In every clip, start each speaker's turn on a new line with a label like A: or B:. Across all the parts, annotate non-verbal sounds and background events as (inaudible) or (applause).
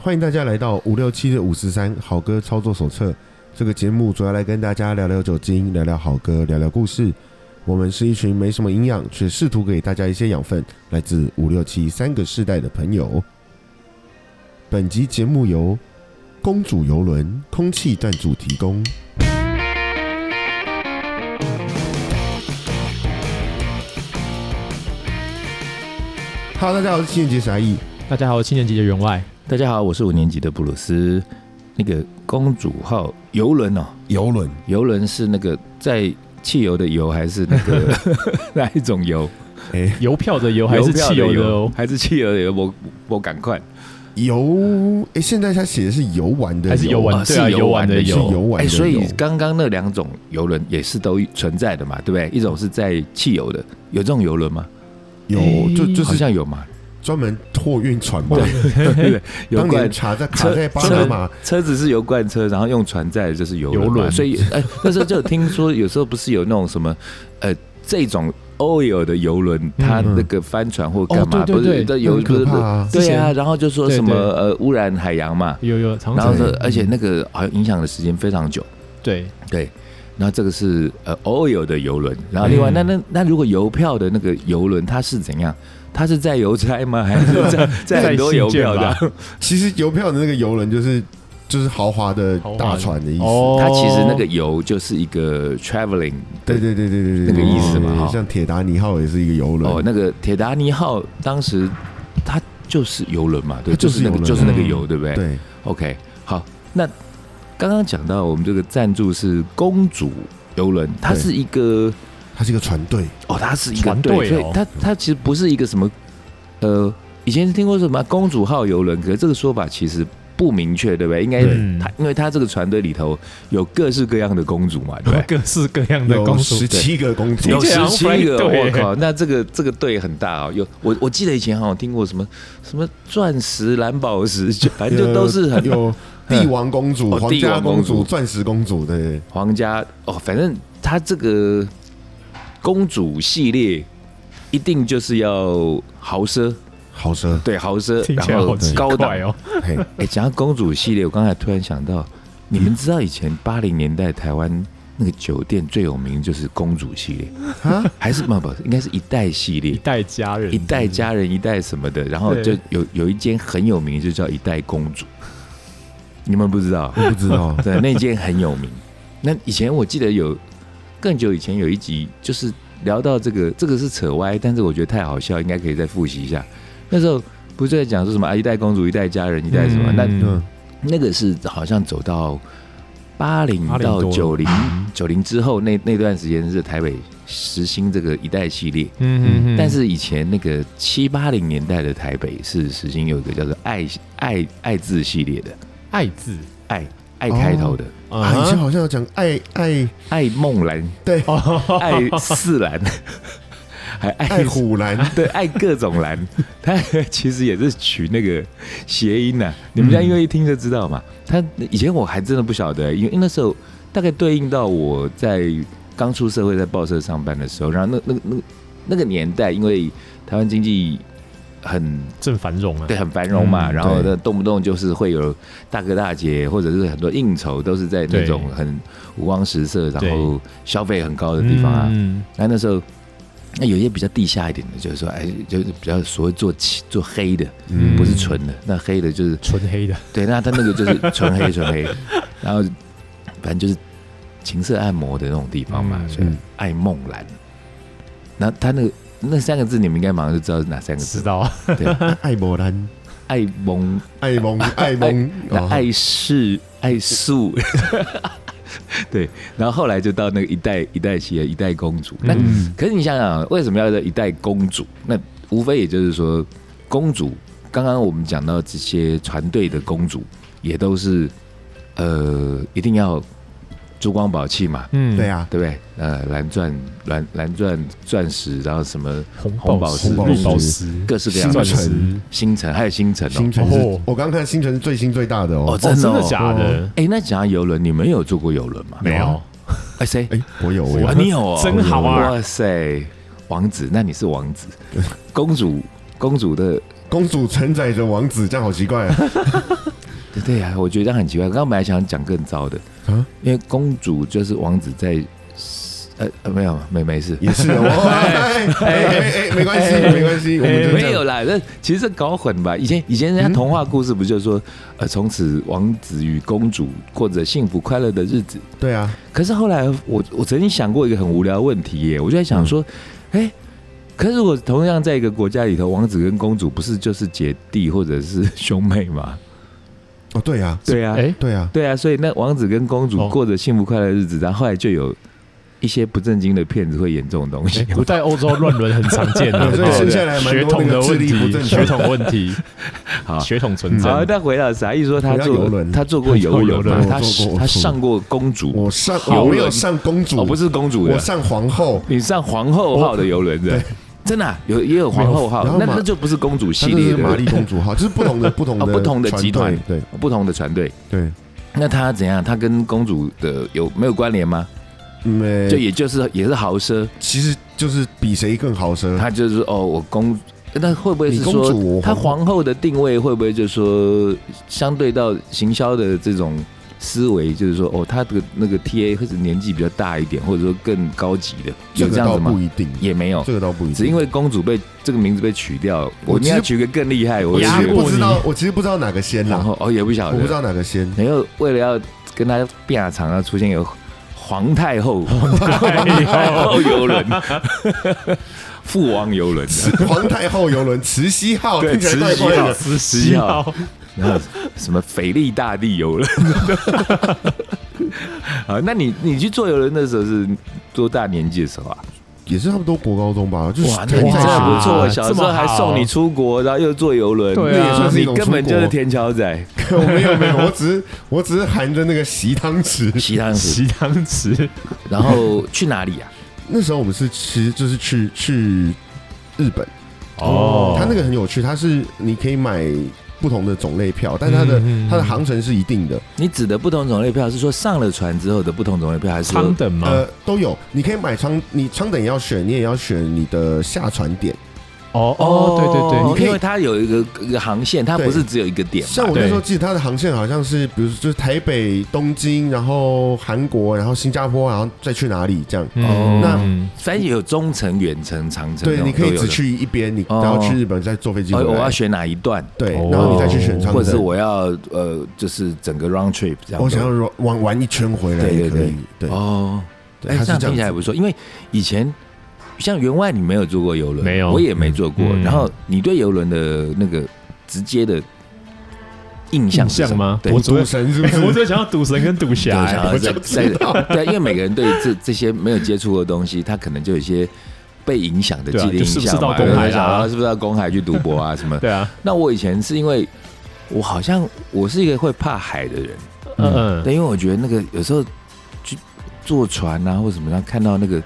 A: 欢迎大家来到五六七的五十三好歌操作手册。这个节目主要来跟大家聊聊酒精，聊聊好歌，聊聊故事。我们是一群没什么营养，却试图给大家一些养分，来自五六七三个世代的朋友。本集节目由公主游轮空气赞助提供。Hello，大家好，我是七年级傻义。
B: 大家好，我是七年级的员外，
C: 大家好，我是五年级的布鲁斯。那个公主号游轮哦，
A: 游轮
C: 游轮是那个在汽油的油还是那
A: (laughs)
C: 个哪一种油？
B: 邮票的邮还是汽
C: 油
B: 油的哦，
C: 还是汽油的油？我我赶快，
A: 游，哎，现在他写的是游玩的，
B: 还是游玩
C: 哦
B: 对啊
C: 是游
B: 玩
C: 玩的
B: 的
A: 是游玩
C: 哎，
A: 的
C: 所
A: 游
C: 以刚刚那两种游轮也是都存在的嘛，对不对？一种是在汽油的，有这种游轮吗？
A: 有就就
C: 哎好
A: 是
C: 像
A: (laughs)
C: 有嘛，
A: 专门货运船嘛，
C: 对不对？油
A: 当年
C: 罐
A: 卡在卡
C: 车
A: 在巴拿马，
C: 车子是油罐车，然后用船载的就是游轮
B: 游
C: 嘛，
B: 轮
C: 所以哎、那时候就有听说，有时候不是有那种什么呃这种 oil 的游轮，它
A: 嗯
C: 那个帆船或干嘛，
B: 哦对对对
C: 不是
A: 那
C: 有
A: 很
C: 不
A: 可
C: 是
A: 怕啊！
C: 对啊，
B: 之前
C: 然后就说
B: 对
C: 什么
B: 对
C: 呃污染海洋嘛，
B: 有有常
C: 然后
B: 常
C: 说
A: 对
C: 而且那个好像影响的时间非常久，
B: 对
C: 对。然后这个是呃 oil 的游轮，然后另外、
B: 嗯
C: 那那那如果邮票的那个游轮，它是怎样？它是在邮差吗？还是在在很多
B: 信
C: 邮
B: 件
C: 票的啊
B: 吧？
A: 其实邮票的那个游轮就是就是豪华的
B: 豪华的
A: 大船的
C: (laughs)
A: 意思，
B: 哦，
C: 它其实那个邮就是一个 traveling
A: 对对对对对对，
C: 那个意思嘛
A: 对对
C: 哈
A: 像铁达尼号也是一个游
C: 哦，
A: 轮，
C: 那个铁达尼号当时它就是游轮嘛，对，
A: 它就
C: 就是是那个
A: 邮轮
C: 就是那个
B: 嗯
C: 游，对不对？
A: 对，
C: OK，好，那刚刚讲到我们这个赞助是公主游轮，它
A: 对
C: 是一个
A: 它是一个船队，
C: 哦，它是一个
B: 船
C: 对，
B: 队
C: 所
B: 哦
C: 以它它其实不是一个什么呃，以前听过什么公主号游轮，可是这个说法其实。不明确，对不对？应该
B: 对
C: 它，因为它这个船队里头有各式各样的公主嘛，对不
B: 有 (laughs)
C: 对？
B: 各式各样的
A: 有
B: 公
A: 十
B: 主，啊
A: 七个公主
B: 听
C: 有，
B: 起来
C: 十
B: 好像
C: 七
B: Frank
C: 个，
B: 队
C: 我
B: 耶
C: 靠！那这个这个队很大哦。有我我记得以前好像听过什么什么钻石、蓝宝石，就反正就都是很
A: 有帝王公主、
C: 哦
A: 皇
C: 帝
A: 家
C: 王
A: 公
C: 公
A: 主、
C: 主
A: 钻石公主，对对对
C: 皇家哦。反正他这个公主系列一定就是要豪奢，
A: 豪奢，
C: 对豪奢，
B: 听起来
C: 然后
B: 好奇
C: 高档
B: 怪。哦，
A: 嘿，
C: 哎，讲到公主系列，我刚才突然想到，你们知道以前八零年代台湾那个酒店最有名就是公主系列，
A: 啊，
C: 还是不不应该是一代系列
B: 一。代佳人，
C: 一代佳人，一代什么的，然后
B: 对
C: 就有有一间很有名，就叫一代公主，你们不
B: (laughs)
C: 知道？
A: 我不知道，
C: 对，那间很有名。那以前我记得有更久以前有一集，就是聊到这个，这个是扯歪，但是我觉得太好笑，应该可以再复习一下。那时候不是在讲说什么啊，一代公主，一代佳人，一代什么？
B: 嗯
C: (laughs) 那
A: 嗯，
C: 那个是好像走到八零
B: 80
C: 到
B: 多
C: 九
B: 嗯
C: 零九零之后那那段时间是台北实行这个一代系列。
B: 嗯嗯嗯，
C: 但是以前那个七八零年代的台北是实行有一个叫做爱“爱爱字”系列的
B: 爱字
C: “爱”爱开头的
A: 啊，以前
B: 啊，
A: 好像有讲爱爱
C: “爱梦兰
A: 对”“
C: 爱四兰”，
A: (laughs)
C: 还爱
A: 哦爱虎兰，
C: 对爱各种兰，它其实也是取那个谐音呐、你们家因为一听就知道嘛。它以前我还真的不晓得、因为因为那时候大概对应到我在刚出社会在报社上班的时候，然后那那那那个年代，因为台湾经济很
B: (laughs) 正繁荣啊，
C: 对，很繁荣嘛。
B: 嗯
C: 然后
A: 对
C: 呢，动不动就是会有大哥大姐，或者是很多应酬，都是在那
B: 对
C: 种很五光十色，
B: 对
C: 然后消费很高的地方啊。
B: 嗯
C: 那、那时候，那有一些比较地下一点的，就是说，哎，就是比较所谓做漆做黑的，
B: 嗯
C: 不是纯的。那黑的就是
B: 纯黑的，
C: 对，那他那个就是纯黑
B: (laughs)
C: 纯黑，然后反正就是情色按摩的那种地方嘛，
B: 嗯
C: 所以爱梦兰。然后他那个那三个字，你们应该马上就知道是哪三个
B: 知
C: 字。
B: 道啊，
A: 爱摩兰。
C: 爱梦
A: 爱
C: (laughs)
A: 蒙爱蒙，
C: 那
A: 哦
C: 爱是爱素， (laughs) 对，然后后来就到那个一代一代系列一代公主。那、
B: 嗯
C: 可是你想想，啊为什么要叫一代公主？那无非也就是说，公主刚刚我们讲到这些船队的公主，也都是呃一定要珠光宝气嘛，
B: 嗯
A: 对，啊，
C: 对不对？呃，蓝钻蓝蓝钻钻石，然后什么
B: 红
C: 红宝
B: 宝石、
C: 石
B: 绿宝
A: 绿
B: 石、
C: 各式各
A: 星
C: 样的
B: 钻
A: 辰
B: 石，
C: 星辰，还有星辰哦
A: 星。辰是
B: 哦
A: 我刚看星辰最新最大的
C: 哦，
A: 哦，
C: 真的、
B: 真
C: 哦
B: 的假的？
C: 哎、那讲到游轮，你们有坐过游轮吗？
B: 没有，
C: 哎，谁？
A: 哎，我有我有
C: 哇，，你有哦，
B: 真好啊
C: 哇塞，王子，那你是王子，公主，公主的
A: 公主承载着王子，这样好奇怪
C: (laughs)
A: 啊！
C: 对对啊，我觉得这样很奇怪。刚刚本来想讲更糟的，
A: 啊
C: 因为公主就是王子在，呃呃没有没没事，
A: 也是哦，哎哎哎，哎没关系，没关系，我们就这样
C: 没有啦，那其实这搞混吧。以前以前人家童话故事不就是说，呃，从此王子与公主过着幸福快乐的日子。
A: 对啊，
C: 可是后来我我曾经想过一个很无聊的问题耶，我就在想说，哎、
A: 嗯
C: 可是我同样在一个国家里头，王子跟公主不是就是姐弟或者是兄妹吗？
A: 哦对啊，
C: 对啊，
B: 哎，
A: 对啊，
C: 对啊，所以那王子跟公主
B: 哦
C: 过着幸福快乐的日
A: 哦
C: 子，然后后来就有一些不正经的骗子会演这种东西
B: 哎，古代欧洲乱伦很常见的，
A: 所以
B: 对
A: 剩下来蛮多
B: 血统
A: 那
B: 的
A: 个智
B: 问
A: 力不正
B: 题，
A: 常
B: 血统问题，
C: 好
B: 血统存在
C: (laughs) 好，。那回到啥？一说他
A: 回到游
C: 坐
A: 轮
C: 他坐过游
B: 坐游
C: 轮嘛，
A: 轮
C: 他
A: 我坐过我
C: 他
A: 坐过
C: 上过公主，
A: 我上
C: 好
A: 我没有上公主，
C: 哦，不是公主
A: 我
C: 的，
A: 上皇后，
C: 你上皇后号的游轮的
A: 对，
C: 真的啊有也有皇后号
A: 然，后
C: 那
A: 嘛
C: 那就不是公主
A: 她
C: 系
A: 就
C: 列
A: 是
C: 的
A: 玛丽公主号，就是不同的不同的
C: 哦不同的集团
A: 队
C: 不同的船队。
A: 对
C: 那他怎样？他跟公主的有没有关联吗？
A: 对，没
C: 就也就是也是豪奢，
A: 其实就是比谁更豪奢，
C: 他就是说哦，我公，那会不会是
A: 你公主
C: 说
A: 我
C: 他
A: 皇
C: 皇后的定位会不会就是说相对到行销的这种思维，就是说哦，他的那个 TA 或者年纪比较大一点，或者说更高级的，
A: 这
C: 有
A: 个
C: 这样
A: 倒
C: 子吗
A: 不？一定，
C: 也没有，
A: 这个倒不一定，
C: 只因为公主被这个名字被取掉，
A: 我
C: 我们要
A: 其
C: 取个更厉害，
A: 我
C: 我
A: 其
B: 压
A: 实
C: 觉得
A: 不
B: 过
A: 知
B: 你
A: 道，我其实不知道哪个先
C: 然
A: 啦，
C: 后哦也不晓
A: 我不知
C: 得，
A: 道哪个先， (laughs)
C: 然后为了要跟他变场，要出现有皇太后，皇太 (laughs) 后游轮，父王游轮，
A: 皇太后游轮慈禧号，
C: 对
A: 听起来怪
C: 慈禧
A: 怪
C: 号
A: 的，
B: 慈
C: 禧
B: 禧
C: 号
B: 号，
C: 然后什么斐利大帝游 (laughs) 轮。啊，那你你去坐游轮的时候是多大年纪的时候啊？
A: 也是差不多国高中吧，就是
C: 哇，那你真的不错，
B: 哇
C: 小时
B: 这
C: 候
B: 么
C: 还
B: 好
C: 送你出国，然后又坐游轮，
B: 对啊那也算
A: 是一
C: 你
A: 种
C: 根本
A: 出
C: 就
A: 国
C: 是天桥仔，
A: (laughs) 我没有没有，我只是我只是含着那个席汤匙。
C: 其他
B: 洗汤匙，
C: (laughs) 然后去哪里啊？
A: 那时候我们是其实就是去去日本，
B: 哦，
A: 它那个很有趣，它是你可以买不同的种类票，但它的
B: 嗯嗯嗯
A: 它的航程是一定的，
C: 你指的不同种类票是说上了船之后的不同种类票，还是说
B: 舱等吗？
A: 呃，都有，你可以买舱，你舱等也要选，你也要选你的下船点。
B: 哦哦，对对对，
A: 你可以
C: 因为它有一个一个航线，它
A: 对
C: 不是只有一个点嘛。
A: 像我那时候记得它的航线好像是，比如说就是台北、东京，然后韩国，然后新加坡，然后再去哪里这样。
B: 嗯
A: 那
B: 嗯
C: 反正有中程、远程、长程，
A: 对，你可以只。去一边，你然后去日本再坐飞机
C: 哦，
A: 回
C: 我要
A: 来。
C: 选哪一段，
A: 对
B: 哦，
A: 然后你再去选舱
C: 或者是
A: 等。
C: 我要呃，就是整个 round trip 这样。
A: 我想要玩玩一圈回来
C: 对
A: 也
C: 对
A: 可以。对，
C: 哦，
A: 对它
C: 哎，这
A: 是
C: 样
A: 这
C: 听起来
A: 样子。
C: 不错，因为以前。像员外，你没有坐过游轮，
B: 没有
C: 我也没坐过。
B: 嗯
C: 然后你对游轮的那个直接的印象
B: 印
C: 是什
B: 象
C: 么？
B: 吗？
C: 对
B: 我只会
A: 赌神是不
B: 哎我只
A: 是？
B: 会想要赌神跟赌
C: 对，
B: 侠，
C: 想
B: 哎
C: 要
B: 我
C: 在
B: 就
C: 在对，因为每个人对这这些没有接触过的东西，他可能就有一些被影响的
B: 对啊
C: 既定
B: 就
C: 印
B: 是不是
C: 象
B: 到
C: 嘛，
B: 公
C: 对
B: 海
C: 想
B: 啊
C: 到是不是到公海去赌博啊什么？
B: 对啊，
C: 那我以前是因为我好像我是一个会怕海的人，
B: 嗯嗯，
C: 对，因为我觉得那个有时候去坐船啊或什么，然后看到那个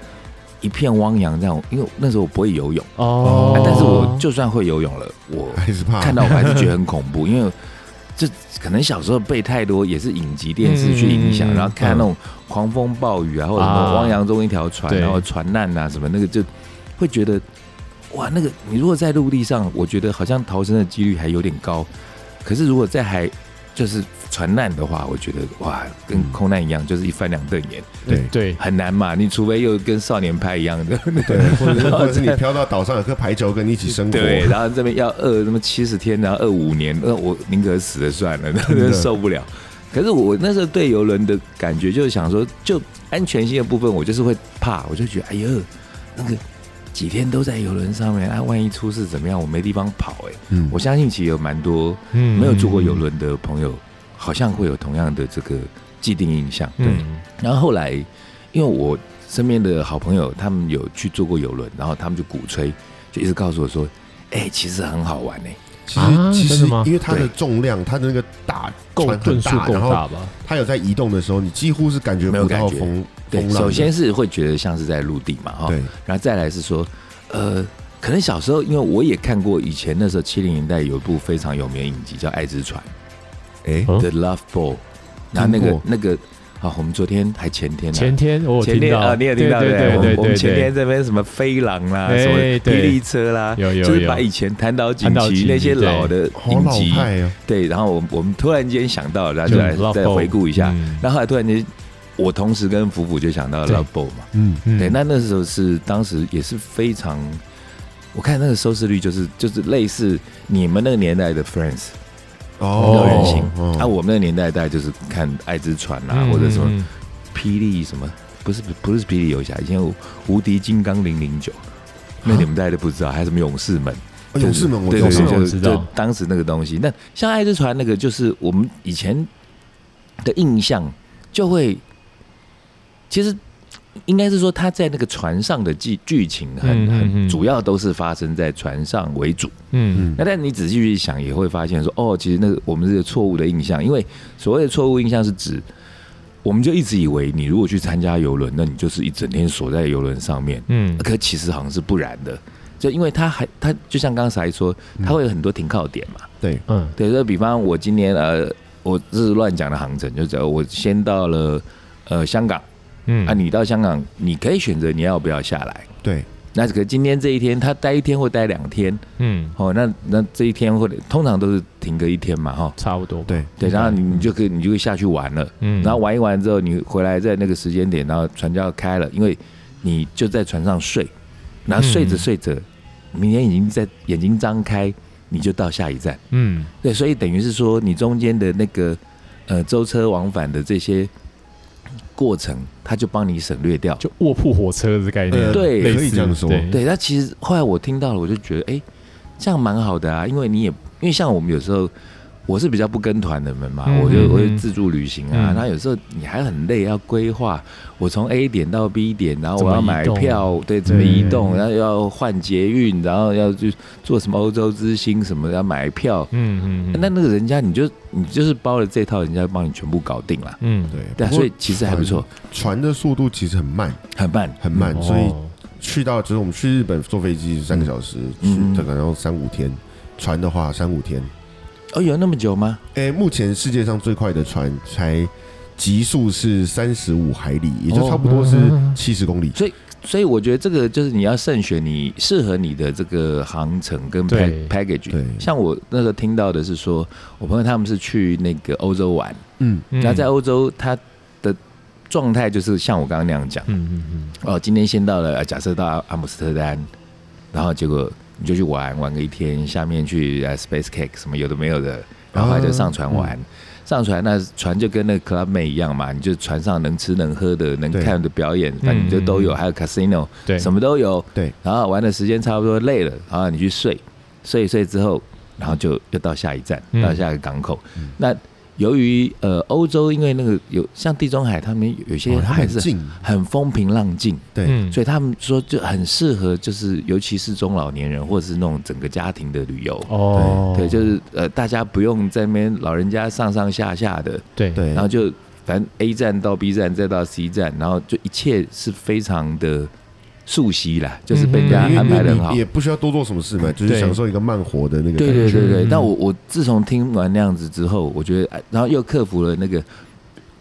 C: 一片汪洋这样，因为那时候我不会游泳，
B: 哦
C: 啊但是我就算会游泳了，我
A: 还是
B: 啊
A: 怕
C: 看到我还是觉得很恐怖，因为这可能小时候被太多也是影集电视去影响，
B: 嗯
C: 然后看那种狂风暴雨啊，或者什么
B: 啊
C: 汪洋中一条船，
B: 对
C: 然后船难啊什么那个就会觉得哇，那个你如果在陆地上，我觉得好像逃生的几率还有点高，可是如果在海就是船难的话，我觉得哇，
B: 嗯
C: 跟空难一样，就是一翻两瞪眼，
A: 对
B: 对，
C: 很难嘛，你除非又跟少年派一样的。
A: 对，或者是或者是你飘到岛上有颗排球跟你一起生活，
C: 对，然后这边要饿什么七十天，然后饿五年，那我宁可死了算了， (laughs) 那真受不了。可是我那时候对游轮的感觉就是想说，就安全性的部分，我就是会怕，我就觉得哎呦，那个几天都在游轮上面，啊，万一出事怎么样？我没地方跑哎、
A: 嗯
C: 我相信其实有蛮多
B: 嗯
C: 没有坐过游，轮的朋友，好像会有同样的这个既定印象。对，
B: 嗯，
C: 然后后来，因为我身边的好朋友他们有去坐过游轮，然后他们就鼓吹，就一直告诉我说：“哎、其实很好玩呢、欸
A: 其实
B: 啊
A: 其
B: 真
A: 实
B: 的吗
A: 因为它的
C: 对
A: 重量，它的那个大
B: 够
A: 船很
B: 吨数
A: 大，
B: 够
A: 然后
B: 大吧？
A: 它有在移动的时候，你几乎是感觉
C: 没有
A: 不到
C: 感觉
A: 风
C: 对，
A: 风浪的。
C: 首先哦是会觉得像是在陆地嘛，哈。
A: 对
C: 然后再来是说，呃，可能小时候因为我也看过以前那时候七零年代有一部非常有名的影集叫《爱之船》
A: 哎
B: 嗯
C: The Love Boat》，然后那
A: 听
C: 个
A: 过
C: 那个啊，我们昨天还前天、啊，
B: 前天我有
C: 前
B: 听
C: 天啊，
B: 到，
C: 你也听到
B: 对对
C: 不
B: 对
C: 我们
B: 对
C: 前
B: 对
C: 天
B: 对，
C: 这边什么飞狼啦，
B: 哎
C: 什么霹
B: 对
C: 雳车啦，
B: 有有
C: 就是
B: 有
C: 把以前弹岛锦
B: 弹岛锦
C: 旗
B: 旗
C: 那些老的
A: 好
C: 影
A: 老
C: 集，
A: 派哦，
C: 对，然后我们我们突然间想到，然后就来
B: 嗯，Love
C: 再
B: Boat，
C: 回顾一下
B: 嗯，
C: 然后后来突然间，我同时跟福福就想到了
B: 对
C: Love Boat 嘛，
A: 嗯，
B: 嗯
C: 对，那那时候是当时也是非常，我看那个收视率就是就是类似你们那个年代的 Friends，
A: 哦，
C: 没有人性
A: 哦
C: 啊，我们那个年代大概就是看《爱之船》啦，或者什么
B: 嗯
C: 霹雳什么，不是不是霹雳游侠，以前有无敌金刚零零九，那你们大家都不知道，还有什么勇士们，
A: 哦勇士们，我
C: 对
A: 知
C: 对
A: 道
B: 勇士
C: 对，
B: 们
C: 就
B: 我
C: 是
B: 知道
C: 就当时那个东西。那像爱之船那个，就是我们以前的印象就会，其实应该是说他在那个船上的剧剧情很
B: 嗯嗯
C: 很
B: 嗯
C: 主要都是发生在船上为主。
B: 嗯
A: 嗯
C: 那但你仔细去想，也会发现说，哦，其实那个我们是错误的印象，因为所谓的错误印象是指，我们就一直以为你如果去参加游轮，那你就是一整天锁在游轮上面，
B: 嗯
C: 可其实好像是不然的，就因为它还它就像刚才说，它会有很多停靠点嘛，
A: 对，
B: 嗯
C: 对，就比方我今年呃，我这是乱讲的航程，就只要我先到了呃香港
B: 嗯
C: 啊，你到香港你可以选择你要不要下来。
A: 对，
C: 那可今天这一天，他待一天或待两天，
B: 嗯，
C: 哦，那那这一天或者通常都是停个一天嘛，哈、
B: 差不多吧，
A: 嗯对，
C: 对，然后你你就可以你就会下去玩了，
B: 嗯，
C: 然后玩一玩之后，你回来在那个时间点，然后船就要开了，因为你就在船上睡，然后睡着
B: 嗯
C: 睡着，明天已经在眼睛张开，你就到下一站。
B: 嗯
C: 对，所以等于是说，你中间的那个呃舟车往返的这些过程，它就帮你省略掉。
B: 就卧铺火车的概念，
A: 呃
C: 嗯对
B: 类似
A: 可以这样说
B: 对
C: 对，那其实后来我听到了，我就觉得，哎，这样蛮好的啊，因为你也因为像我们有时候。我是比较不跟团的人嘛，
B: 嗯
C: 我就我就
B: 嗯
C: 自助旅行啊。
B: 嗯
C: 那、有时候你还很累，要规划。我从 A 点到 B 点，然后我要
B: 怎么
C: 买
B: 移动啊
C: 票，对，怎么移
B: 对
C: 动，然后要换捷运，然后要去做什么欧洲之星什么，要买票，
B: 嗯嗯嗯，
C: 那那个人家你就你就是包了这套，人家帮你全部搞定了。
B: 嗯
A: 对，
C: 对啊、
A: 不过
C: 所以其实还不错，
A: 船的速度其实很慢，
C: 很慢。
A: 很慢，
B: 哦
A: 所以去到就是我们去日本坐飞机三个小时，
C: 嗯
A: 去大概要三五天，船的话三五天。
C: 哦，有那么久吗？
A: 诶，目前世界上最快的船才极速是三十五海里，也
C: 哦
A: 就差不多是
B: 嗯
A: 七十公里。
C: 所以我觉得这个就是你要慎选你适合你的这个航程跟 pack,
B: 对
C: package
A: 对。
C: 像我那时候听到的是说，我朋友他们是去那个欧洲玩，
A: 嗯，
B: 嗯
C: 那在欧洲他的状态就是像我刚刚那样讲，
B: 嗯嗯嗯
C: 哦，今天先到了，呃假设到阿姆斯特丹，然后结果你就去玩玩个一天，下面去呃 Space Cake 什么有的没有的，然后后来就上船
B: 哦嗯
C: 玩。上船那船就跟那 club 妹一样嘛，你就船上能吃能喝的，能
A: 对
C: 看的表演，反正就都有，
B: 嗯
C: 还有 casino，
B: 对，
C: 什么都有。
A: 对，
C: 然后玩的时间差不多累了，然后你去睡，睡一睡之后，然后就又到下一站，
B: 嗯
C: 到下一个港口。
A: 嗯
C: 那由于呃欧洲，因为那个有像地中海，他们有些
A: 哦它
C: 海
A: 很
C: 是
A: 近，
C: 很风平浪静，
A: 对，
B: 嗯
C: 所以他们说就很适合，就是尤其是中老年人或者是那种整个家庭的旅游。
B: 哦，
C: 对，就是呃，大家不用在那边老人家上上下下的，
B: 对
A: 对，
C: 然后就反正 A 站到 B 站再到 C 站，然后就一切是非常的熟悉啦，就是被人
A: 对
C: 家
A: 因为
C: 安排的很好嗯
A: 你。也不需要多做什么事嘛，就是
B: 对
A: 享受一个慢活的那个感
C: 对
A: 觉。
C: 对对对，
B: 嗯
C: 但我我自从听完那样子之后，我觉得，哎然后又克服了那个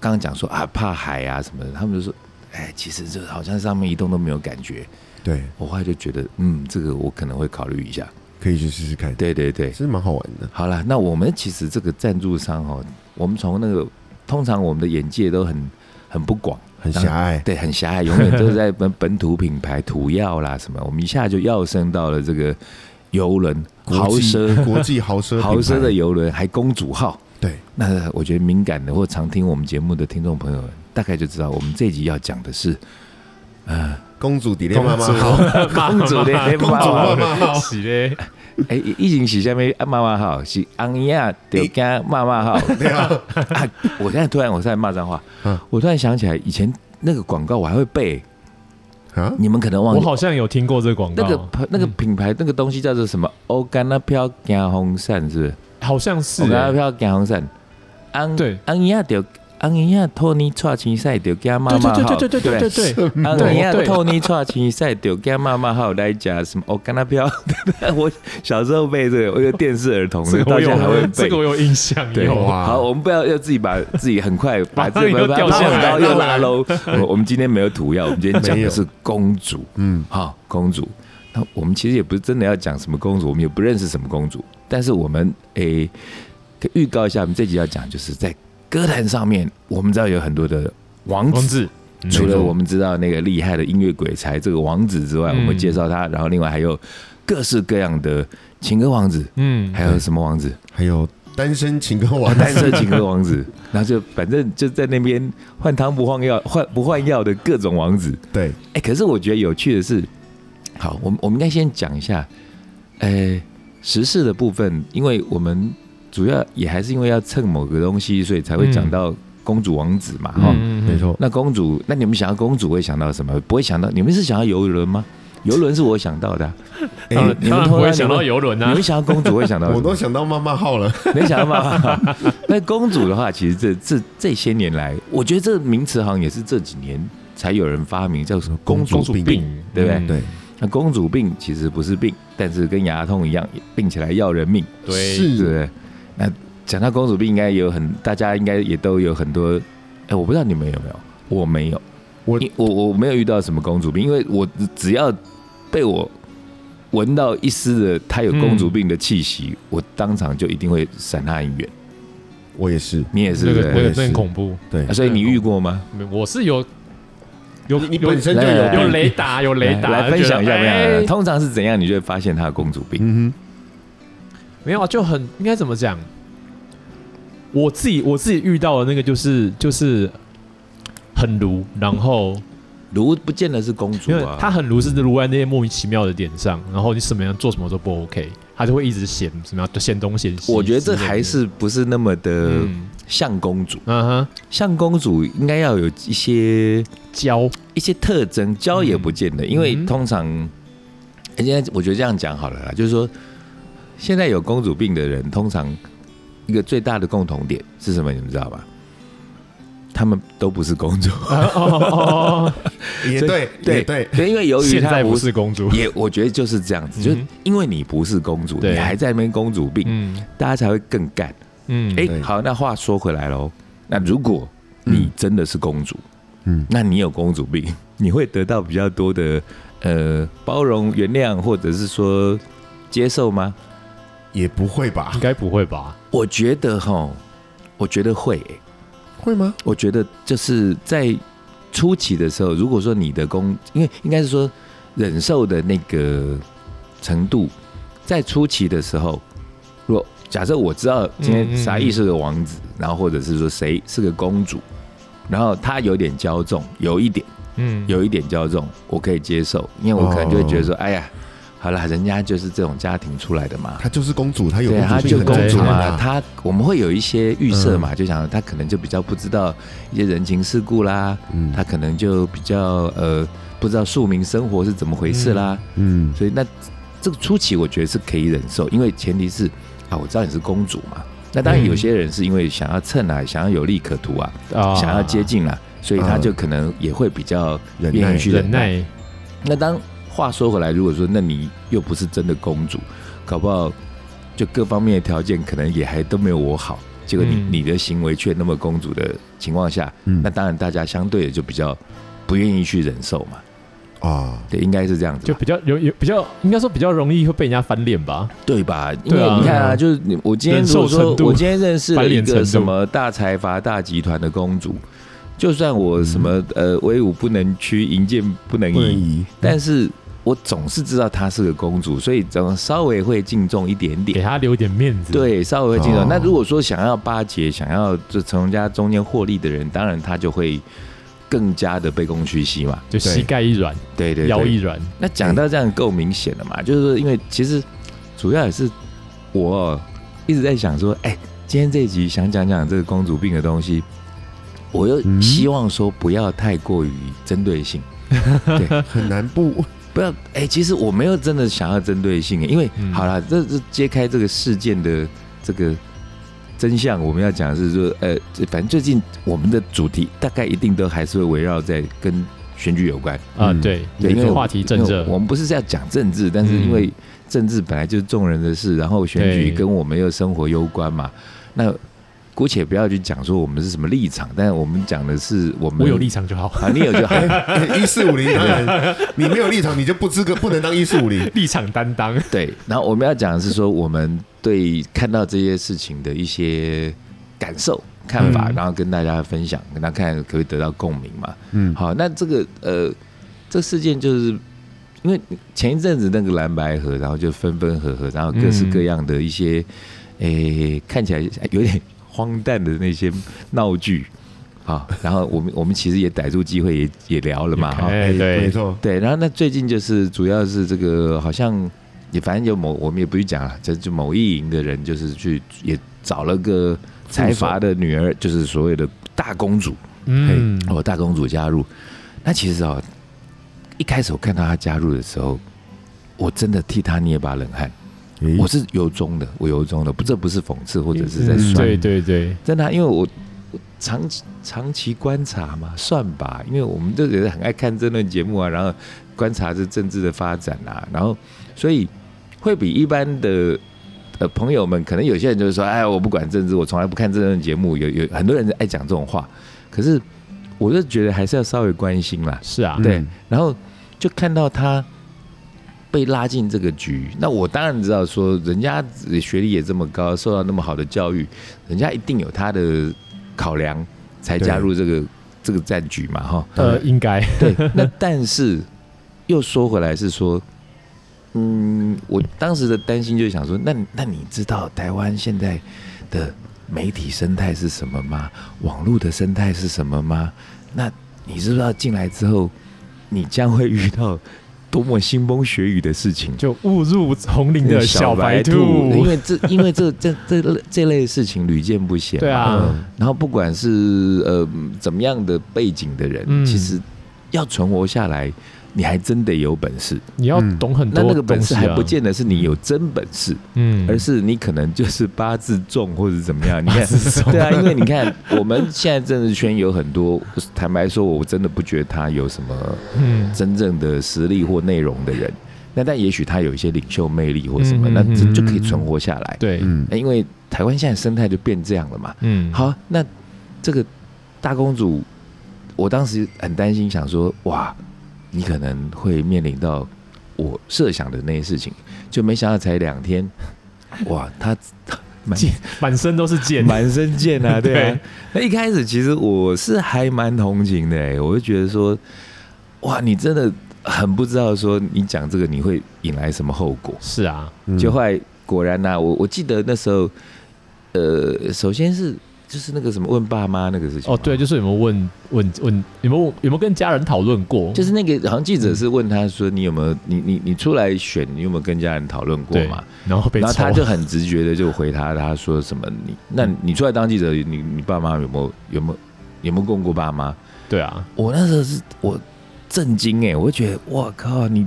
C: 刚刚讲说啊怕海啊什么的，他们就说，哎，其实这好像上面一动都没有感觉。
A: 对，
C: 我后来就觉得，嗯，这个我可能会考虑一下。
A: 可以去试试看，
C: 对对对
A: 其，实蛮好玩的。
C: 好了，那我们其实这个赞助商哦，我们从那个通常我们的眼界都很很不广，
A: 很狭隘，
C: 对，很狭隘，永远都是在本本土品牌土药啦什么，我们一下就要升到了这个游轮豪
A: 国际
C: 奢
B: (laughs)
A: 国际豪奢品牌
C: (laughs) 豪奢的游轮，还公主号。
A: 对，
C: 那我觉得敏感的或常听我们节目的听众朋友们，大概就知道我们这集要讲
B: (laughs)
C: 的是
A: 公主迪丽妈妈好，
C: (laughs) 公主的
B: (laughs)
A: 公主妈妈好，
B: 是嘞，
C: 哎，疫情是下面妈妈号是昂尼亚得跟妈
B: (laughs)
C: 妈号。
A: 对啊，
C: 啊！我现在突然我在骂脏话
A: 嗯，
C: 我突然想起来以前那个广告我还会背，
A: 啊，
C: 你们可能忘
B: 我
C: 记
B: 好像有听过这个广告，
C: 那个那个品牌那个东西叫做什么？欧甘那飘加红扇是不是？
B: 好像是
C: 欧甘那
B: 欸，
C: 飘加红扇，安
B: 对
C: 安亚丢安尼亚托尼串青赛丢给妈妈号，
B: 对对对对对对对，
C: 安尼亚托尼串青赛丢给妈妈号来讲什么？哦我跟他飘， (laughs) 我小时候背这个，我有电视儿童
B: 这
C: 的，
B: 个
C: 到
B: 我
C: 现在还会
B: 有，这
C: 背
B: 个。我有印象，
C: 对，
B: 有啊
A: 哇
C: 好，我们不要要自己把自己
B: (laughs)
C: 很快把
B: 把
C: 这
B: 你都
C: 个
B: 掉
A: 下来
C: 高又
A: 当
C: 拉
A: 然
C: 喽。我我们今天没有涂药，我们今天讲
A: 没有
C: 的是公主，
A: 嗯，
C: 哈，公主。那我们其实也不是真的要讲什么公主，我们也不认识什么公主，但是我们诶，可以预告一下，我们这集要讲就是在歌坛上面，我们知道有很多的王
B: 王
C: 子，
B: 子，嗯
C: 除了我们知道那个厉害的音乐鬼才这个王子之外，
B: 嗯
C: 我们介绍他，然后另外还有各式各样的情歌王子，
B: 嗯，
C: 还有什么王子？哦
A: 还有单身情歌王，
C: 单身情歌王子，然后就反正就在那边换汤不换药，换不换药的各种王子。
A: 对，
C: 哎、可是我觉得有趣的是，好，我们我们应该先讲一下，呃，时事的部分，因为我们主要也还是因为要蹭某个东西，所以才会讲到公主王子嘛，哈、
B: 嗯
A: 没，错，
C: 那公主，那你们想要公主会想到什么？不会想到，你们是想要游轮吗？游轮是我想到的啊、
B: 嗯当
A: 哎
B: 然，
C: 你们
B: 当然
C: 偷
B: 不
C: 拉
B: 会
C: 你
B: 想
C: 们
B: 到游轮
C: 你
B: 啊
C: 们，想要公主会想到什么？
A: 我都想到妈妈号了，
C: 没想到吧？ (laughs) 那公主的话，其实这这这些年来，我觉得这个名词好像也是这几年才有人发明，叫什么公主
A: 公主病
C: 病。对不对
B: 嗯
A: 对，
C: 那公主病其实不是病，但是跟牙痛一样，病起来要人命，
B: 对，
C: 对不
A: 是，
C: 对？那讲到公主病，应该也有很大家应该也都有很多，哎，我不知道你们有没有，我没有，
A: 我
C: 因我我没有遇到什么公主病，因为我只只要被我闻到一丝的她
B: 嗯
C: 有公主病的气息，我当场就一定会闪她很远。
A: 我也是，
C: 你也是
B: 那
C: 对
B: 个那
C: 不对
B: 个
A: 我也是
B: 那很恐怖，
A: 对
C: 啊，所以你遇过吗？
B: 我是有有
A: 你你
B: 有
A: 本身就有
C: 来来来
B: 有雷达有雷达，
C: 来
B: 就
C: 来
B: 觉
C: 分
B: 得
C: 享一下，分啊享
B: 哎
C: 一下。通常是怎样，你就会发现他的公主病？
A: 嗯
B: 没有啊，就很应该怎么讲？我自己我自己遇到的那个就是就是很卢，然后
C: 卢不见得是公主
B: 因为
C: 啊，
B: 他很卢是卢在那些莫名其妙的点上，然后你什么样做什么都不 OK，他就会一直嫌什么样嫌东嫌西之类的。
C: 我觉得这还是呃不是那么的
B: 嗯
C: 像公主。
B: 嗯哼
C: 像公主应该要有一些
B: 娇
C: 一些特征，娇也不见得，
B: 嗯
C: 因为通常，哎现在我觉得这样讲好了啦，就是说，现在有公主病的人，通常一个最大的共同点是什么？你们知道吧？他们都不是
B: (laughs)
C: 公主，
B: 啊哦哦哦，哦
A: 哼，也对，也对，
C: 对，因为 (laughs) 由于
B: 现
C: 她
B: 在
C: 不
B: 不
C: 是
B: 是公主，
C: 也我觉得就是这样子，
B: 嗯
C: 就是因为你不是公主，
B: 对
C: 你还在那边公主病，
B: 嗯
C: 大家才会更干。
B: 嗯，
C: 哎、
A: 对
C: 好，那话说回来喽，那如果你真的是公主，
A: 嗯，
C: 那你有公主病， (laughs) 你会得到比较多的呃包容、原谅，或者是说接受吗？
A: 也不会吧
B: 应？该不会吧？
C: 我觉得哈，我觉得会、欸
A: 会吗？
C: 我觉得就是在初期的时候，如果说你的工，因为应该是说忍受的那个程度，在初期的时候，如果假设我知道今
B: 嗯嗯
C: 天
B: 嗯
C: 沙溢是个王子，然后或者是说谁是个公主，然后她有点骄纵，有一点
B: 嗯，
C: 有一点骄纵，我可以接受，因为我可能就会觉得说，哎呀，好啦，人家就是这种家庭出来的嘛。
A: 她就是公主，她有
C: 对，她
A: 公主
C: 就
A: 病很
C: 公
A: 正
C: 主
A: 常
C: 嘛，
A: 啊，
C: 她我们会有一些预设
A: 嗯
C: 嘛，就想她可能就比较不知道一些人情世故啦，
A: 嗯
C: 她可能就比较呃不知道庶民生活是怎么回事啦，
A: 嗯，
C: 所以那这个初期我觉得是可以忍受，因为前提是啊，我知道你是公主嘛。那当然，
A: 嗯
C: 有些人是因为想要蹭啊，想要有利可图啊，
B: 啊
C: 想要接近啊，所以他
A: 嗯
C: 就可能也会比较
A: 忍
C: 愿
A: 耐
C: 意去
B: 忍耐，
C: 那当话说回来，如果说那你又不是真的公主，搞不好就各方面的条件可能也还都没有我好，结果你、
B: 嗯
C: 你的行为却那么公主的情况下，
A: 嗯
C: 那当然大家相对的就比较不愿意去忍受嘛，
A: 啊，
C: 对，应该是这样子
B: 就
C: 吧，
B: 比较有有比较应该说比较容易会被人家翻脸吧？
C: 对吧？因为
B: 对啊
C: 你看啊，就是你我今天
B: 忍
C: 如
B: 受
C: 果说
B: 程度
C: 我今天认识了一
B: 翻脸程
C: 个
B: 度
C: 什么大财阀大集团的公主。就算我什
B: 嗯
C: 么呃威武不能屈，银剑不能移，
A: 不能移，
C: 但是我总是知道她是个公主，所以总稍微会敬重一点
B: 给
C: 点。
B: 他留点面子。，
C: 对，稍微会敬重。
A: 哦
C: 那如果说想要巴结、想要就从人家中间获利的人，当然他就会更加的卑躬屈膝嘛。
B: 就膝盖一软，
C: 对对
B: 腰一
C: 对。
B: 软，
C: 那讲到这样够明显了嘛？就是说，因为其实主要也是我哦一直在想说，哎、今天这一集想讲讲这个公主病的东西，我又
A: 嗯
C: 希望说不要太过于针对性。对，
A: 很难不 (laughs)
C: 不要，哎、其实我没有真的想要针对性，因为、
B: 嗯
C: 好啦，这这揭开这个事件的这个真相，我们要讲的是说，呃，这反正最近我们的主题大概一定都还是会围绕在跟选举有关。
B: 啊，
A: 嗯
B: 对，
C: 对，因为
B: 这
C: 我
B: 话题正
C: 因为
B: 热，
C: 我们不是要讲政治，但是因为政治本来就是众人的事，然后选举
B: 对
C: 跟我们又生活攸关嘛。那姑且不要去讲说我们是什么立场，但我们讲的是我们
B: 我有立场就好， (laughs)
C: 啊，你有就好。
A: 哎一四五
C: (laughs)
A: 零，当然你没有立场，你就不资格不能当一四五零。
B: 立场担当， (laughs)
C: 对，然后我们要讲的是说，我们对看到这些事情的一些感受、看法，
B: 嗯
C: 然后跟大家分享，跟大家看可不可以得到共鸣嘛？
A: 嗯，
C: 好，那这个呃，这事件就是因为前一阵子那个蓝白河，然后就分分合合，然后各式各样的一些，诶、看起来有点荒诞的那些闹剧，好，然后我们我们其实也逮住机会也也聊了嘛，哈，
B: 哎，
A: 没
B: 对，
A: 错，
C: 对，然后那最近就是主要是这个好像也反正有某我们也不去讲了，这就某一营的人就是去也找了个财阀的女儿，就是所谓的大公主
B: 嗯，
C: 哦，大公主加入。那其实哦，一开始我看到她加入的时候，我真的替她捏一把冷汗，
A: 诶
C: 我是由衷的，我由衷的，不这不是讽刺或者是在
B: 嗯
C: 酸
B: 对对对，
C: 真的啊、因为我我长期长期观察嘛，算吧，因为我们这个人很爱看争论节目啊，然后观察这政治的发展啊，然后所以会比一般的呃朋友们，可能有些人就是说，哎，我不管政治，我从来不看政论节目，有有很多人爱讲这种话，可是我就觉得还是要稍微关心啦，
B: 是啊，
C: 对
A: 嗯
C: 然后就看到他被拉进这个局。那我当然知道说，人家学历也这么高，受到那么好的教育，人家一定有他的考量，才加入这个这个战局嘛，哈。
B: 呃，应该，
C: 对，那但是又说回来是说，嗯，我当时的担心就是想说，那那你知道台湾现在的媒体生态是什么吗？网络的生态是什么吗？那你知不知道进来之后，你将会遇到多么腥风血雨的事情？
B: 就误入丛林的嗯小白
C: 因
B: 兔，
C: 为这因为这这这这类的事情屡见不鲜嘛，嗯
B: 对啊，
C: 然后不管是呃怎么样的背景的人，
B: 嗯
C: 其实要存活下来，你还真得有本事。
B: 你要懂很
C: 嗯那
B: 多，啊
C: 那个本事还不，见得是你有真本事，
B: 嗯，
C: 而是你可能就是八字重或者怎么样。你看，
B: 自从
C: 对啊，因为你看我们现在政治圈有很多，坦白说，我真的不觉得他有什么
B: 嗯，
C: 真正的实力或内容的人。那但也许他有一些领袖魅力或什么，
B: 嗯嗯
C: 那这
B: 嗯
C: 就可以存活下来。
B: 对，
A: 嗯，
C: 那因为台湾现在生态就变这样了嘛，
B: 嗯，
C: 好，那这个大公主，我当时很担心，想说哇，你可能会面临到我设想的那些事情，就没想到才两天，哇，她 (laughs) 满
B: 剑满身都是剑，
C: 满身剑啊，对啊
B: 对。
C: 那一开始其实我是还蛮同情的、欸，我就觉得说，哇，你真的很不知道说你讲这个你会引来什么后果。
B: 是啊，
A: 嗯
C: 就后来果然呐、我我记得那时候，呃，首先是就是那个什么问爸妈那个事情嘛
B: 哦，对，，就是有没有问问问有没有有没有跟家人讨论过？
C: 就是那个好像记者是问他说你有没有你你你出来选你有没有跟家人讨论过
B: 对
C: 嘛？，
B: 然后被
C: 然后
B: 抽
C: 他就很直觉的就回答他说什么你那你出来当记者你你爸妈有没有有没有有没有问过爸妈？
B: 对啊，
C: 我那时候是我震惊哎、我就觉得我靠你。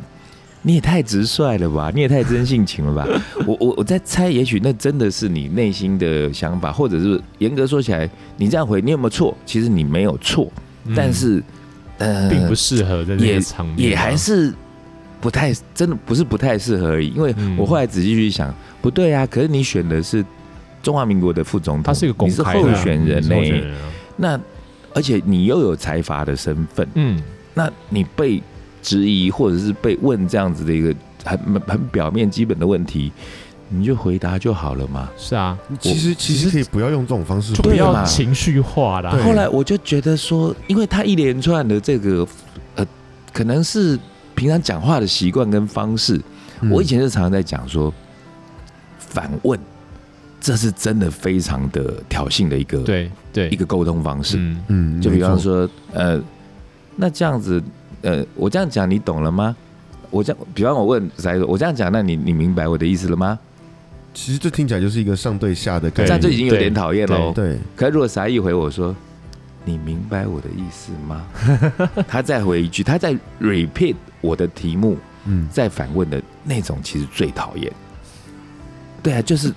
C: 你也太直率了吧！你也太真性情了吧！
B: (laughs)
C: 我我我在猜，也许那真的是你内心的想法，或者是严格说起来，你这样回你有没有错？其实你没有错，
B: 嗯
C: 但是呃，
B: 并不适合在那个场面啊，
C: 也还是不太真的不是不太适合而已。因为
B: 嗯
C: 我后来仔细去想，不对啊，可是你选的是中华民国的副总统，
B: 他是一个公
C: 你是
B: 开的啊
C: 候选人欸
B: 嗯
C: 呢、
B: 候选人啊
C: 那而且你又有财阀的身份，
B: 嗯，
C: 那你被质疑或者是被问这样子的一个很很表面基本的问题，你就回答就好了嘛。
B: 是啊，
A: 其实其实可以不要用这种方式
B: 就
A: 回答，
B: 不
C: 对
B: 要
C: 嘛
B: 情绪化啦
A: 对。
C: 后来我就觉得说，因为他一连串的这个呃，可能是平常讲话的习惯跟方式，
A: 嗯
C: 我以前就常常在讲说，反问，这是真的非常的挑衅的一个
B: 对对
C: 一，个沟通方式。
B: 嗯，
A: 嗯，
C: 就比方
A: 没错，
C: 说，呃，那这样子，呃，我这样讲你懂了吗？我这样，比方我问翟总，我这样讲，那你你明白我的意思了吗？
A: 其实这听起来就是一个上对下的概
C: 这
B: 对
C: 样
A: 念，
C: 就已经有点讨厌喽。
A: 对，
C: 可如果翟一回我说，你明白我的意思吗？ (laughs) 他再回一句，他再 repeat 我的题目，
A: 嗯，
C: 再反问的那种，其实最讨厌。对啊，就是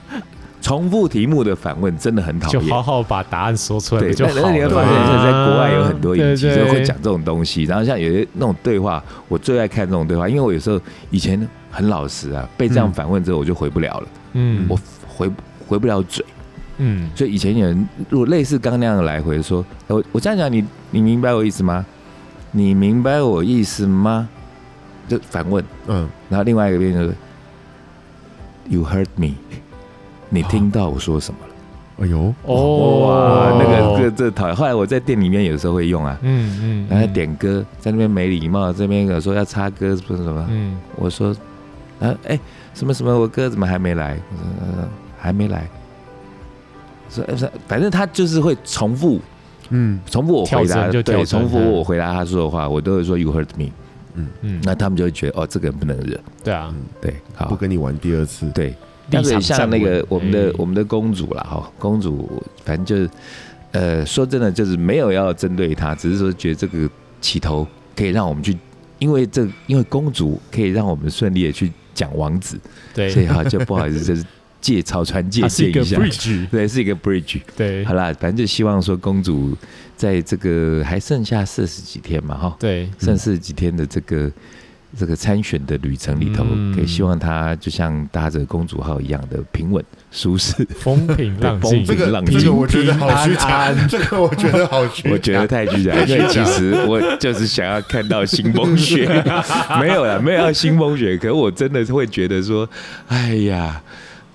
C: 重复题目的反问真的很讨
B: 就
C: 厌。
B: 好好把答案说出来
C: 对，
B: 不就好
C: 但但你会
B: 了
C: 发现，
B: 吗。
C: 在国外有很多影集
B: 对
C: 就
B: 对
C: 会讲这种东西。然后像有些那种对话，我最爱看这种对话，因为我有时候以前很老实啊，被这样
B: 嗯
C: 反问之后我就回不了了，
B: 嗯，
C: 我回回不了嘴。
B: 嗯
C: 所以以前有人如果类似刚那样的来回说，哎我我这样讲你你明白我意思吗？你明白我意思吗？就反问。
A: 嗯，
C: 然后另外一个辩就是，You heard me，你听到我说什么了？
A: 哎呦，
B: 哦，
C: 哇，那个这这讨厌。后来我在店里面有时候会用啊，
B: 嗯嗯，
C: 然后点歌，在那边没礼貌，这边有说要插歌什么什么，
B: 嗯
C: 我说，啊哎什么什么，我歌怎么还没来？我说、呃、还没来。说哎不是反正他就是会重复
A: 嗯
C: 重复我回
B: 跳
C: 答，
B: 针就
C: 对，
B: 跳针
C: 重复
B: 嗯
C: 我回答他说的话，我都会说 You heard me，
B: 嗯，
C: 那嗯他们就会觉得哦这个人不能惹，
B: 对啊，
C: 对，好
A: 不，跟你玩第二次。
C: 对，
B: 立
C: 但是
B: 场
C: 像
B: 站
C: 那个
B: 稳
C: 我们的
B: 哎
C: 我们的公主啦，哈，公主反正就是，呃，说真的就是没有要针对她，只是说觉得这个起头可以让我们去，因为这因为公主可以让我们顺利的去讲王子，所
B: 对
C: 以，哈就不好意思，就是借
B: (laughs)
C: 草船借
B: 它哎是
C: 箭
B: 一个
C: 一下。
B: bridge，哎
C: 对，是一个 bridge。
B: 对
C: 好啦，反正就希望说公主在这个还剩下四十几天嘛，哈，
B: 对，
C: 剩四十几天的这个这个参选的旅程里头，
B: 嗯
C: 也希望他就像搭着公主号一样的平稳舒适。
B: 风平浪静，
A: 这个
C: 浪
A: 这
C: 静
A: 个我觉得好虚
B: 平平安
A: 假，这个我觉得好虚假。
C: (laughs) 我觉 (laughs) 得太虚假了，因为其实我就是想要看到新风雪， (laughs) 没有啦，没有要新风雪。可我真的会觉得说，哎呀，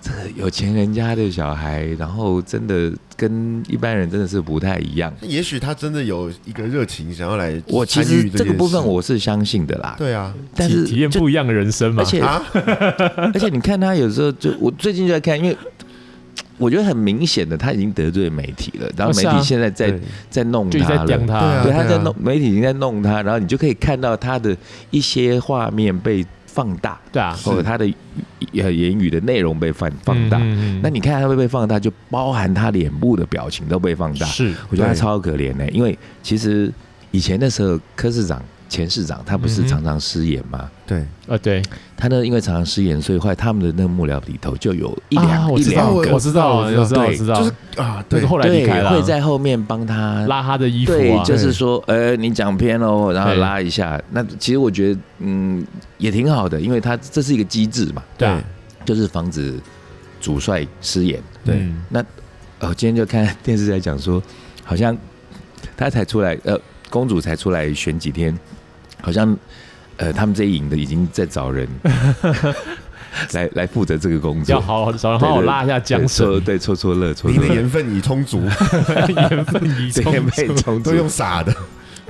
C: 这个有钱人家的小孩，然后真的跟一般人真的是不太一样。
A: 也许他真的有一个热情想要来
C: 我其
A: 参
C: 实
A: 与
C: 这个
A: 件
C: 部分
A: 事
C: 我是相信的啦，
A: 对啊，
C: 但
B: 体
C: 是
B: 体验
C: 就
B: 不一样的人生嘛
C: 而，且
A: 啊，
C: (laughs) 而且你看他有时候就，我最近就在看，因为我觉得很明显的他已经得罪媒体了，然后媒
B: 是啊
C: 体现在在、
A: 对
C: 在弄
B: 就一直在
C: 他
B: 刁
C: 了。
B: 他，
A: 对
C: 对，
A: 啊
C: 他在弄媒体已经在弄他，然后你就可以看到他的一些画面被放大，
B: 对啊，
C: 或者他的呃言语的内容被放放大。
B: 嗯，
C: 那你看他会被放大，就包含他脸部的表情都被放大。
B: 是
C: 我觉得他
A: 对
C: 超可怜的、因为其实以前那时候柯市长、前市长他不
B: 嗯
C: 是
B: 哼
C: 常常失言吗？
A: 对，
B: 啊，对，
C: 他呢，因为常常失言，所以后来他们的那个幕僚里头就有一两、
B: 啊，我
C: 一
B: 知道，
C: 两
B: 我
C: 个，
B: 知道，我知道，我
C: 对
B: 知道，
A: 就是啊，
B: 那
A: 对
B: 个，后来离
C: 对
B: 开，了，
C: 会在后面帮他。
B: 拉他的衣服
C: 对
B: 啊，，
C: 就是说，呃，你讲偏喽，然后
B: 对
C: 拉一下。那其实我觉得，嗯，也挺好的，因为他这是一个机制嘛，
B: 对啊，
C: 就是防止主帅失言。
A: 对
B: 嗯
C: 哦，今天就看 (laughs) 电视在讲说，好像他才出来，呃，公主才出来选几天，好像呃，他们这一营的已经在找人来来负责这个工作，
B: 要好好找人好好
C: 对对
B: 拉一下
C: 对
B: 缰
C: 戳
B: 绳，
C: 对戳戳乐，戳
A: 你
C: 戳
A: 的
C: 乐，
A: 盐分已充足，
B: (laughs) 盐分已
C: 这
B: 充
C: 也 (laughs) 被
B: 足
C: 冲
A: 都
C: 突。
A: 用傻的，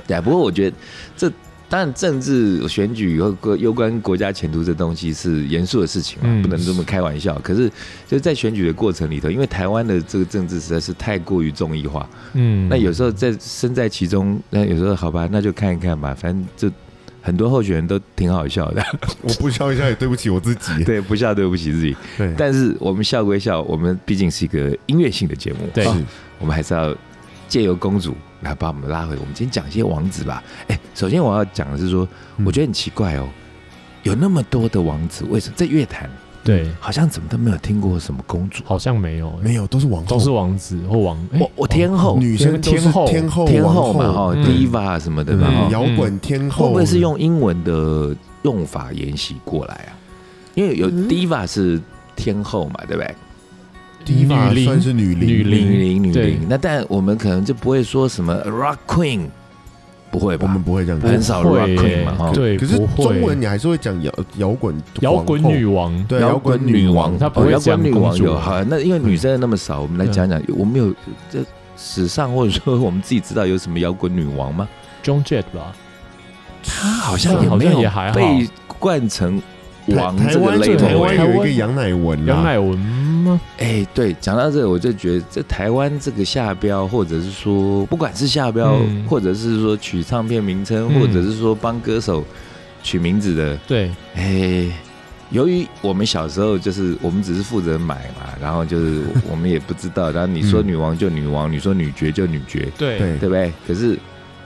C: 对，不过我觉得这当然政治选举和国攸关国家前途这东西是严肃的事情嘛，
B: 嗯
C: 不能这么开玩笑。可是就在选举的过程里头，因为台湾的这个政治实在是太过于综艺化，
B: 嗯
C: 那有时候在身在其中，那有时候好吧，那就看一看吧，反正就。很多候选人都挺好笑的，
A: 我不笑一下也对不起我自己。
C: 对，不笑对不起自己。
A: 对，
C: 但是我们笑归笑，我们毕竟是一个音乐性的节目，
B: 对
C: 哦我们还是要借由公主来把我们拉回。我们今天讲一些王子吧。哎、首先我要讲的是说，
A: 嗯
C: 我觉得很奇怪哦，有那么多的王子，为什么在乐坛
B: 对，
C: 好像怎么都没有听过什么公主？
B: 好像没有，
A: 没有都是王后，
B: 都是王子或王，哎
C: 我我天后、
A: 哦女生都是
B: 天后
A: 天后
C: 天后
A: 王
C: 嘛，哦
B: 嗯
C: ，diva 什么的
A: 对
C: 嘛，
B: 嗯
C: 哦
A: 摇滚天
C: 会
A: 后
C: 不会是用英文的用法沿袭过来啊？因为有
A: 嗯
C: diva 是天后嘛，对不对？
A: 第一把
B: 女伶
A: 算是女伶
B: 女伶
C: 女伶女
B: 对
C: 伶，那但我们可能就不会说什么 rock queen，不会
A: 我
C: 吧
A: 们？不会这样
B: 不
A: 讲
C: 很。少
B: 会
C: rock queen 嘛
B: 耶
C: 哈
B: 对，
A: 可是
B: 不会
A: 中文你还是会讲摇摇滚
C: 啊
B: 摇滚
A: 皇后
B: 女王，
A: 对摇滚女王，
B: 她不会
C: 哦摇
B: 讲
C: 滚女
B: 公
C: 王
B: 主
C: 有好，那因为女生那么少，我们来
B: 嗯
C: 讲讲，我们有这史上或者说我们自己知道有什么摇滚女王吗？
B: John Jett 吧，
C: 她好像也
B: 好
C: 没
B: 像
C: 有
B: 也还好
C: 被冠成王
A: 台台
C: 这个
A: 湾
C: label
A: 台湾有
C: 欸
A: 一个杨乃文啦，
B: 杨乃文吗？
C: 哎，对，讲到这个，我就觉得这台湾这个下标，或者是说，不管是下标，
B: 嗯
C: 或者是说取唱片名称，
B: 嗯
C: 或者是说帮歌手取名字的，
B: 对，
C: 哎，由于我们小时候就是我们只是负责买嘛，然后就是我们也不知道，然后你说
A: 嗯
C: 女王就女王，你说女爵就女爵，
B: 对，
A: 对
C: 对不对？可是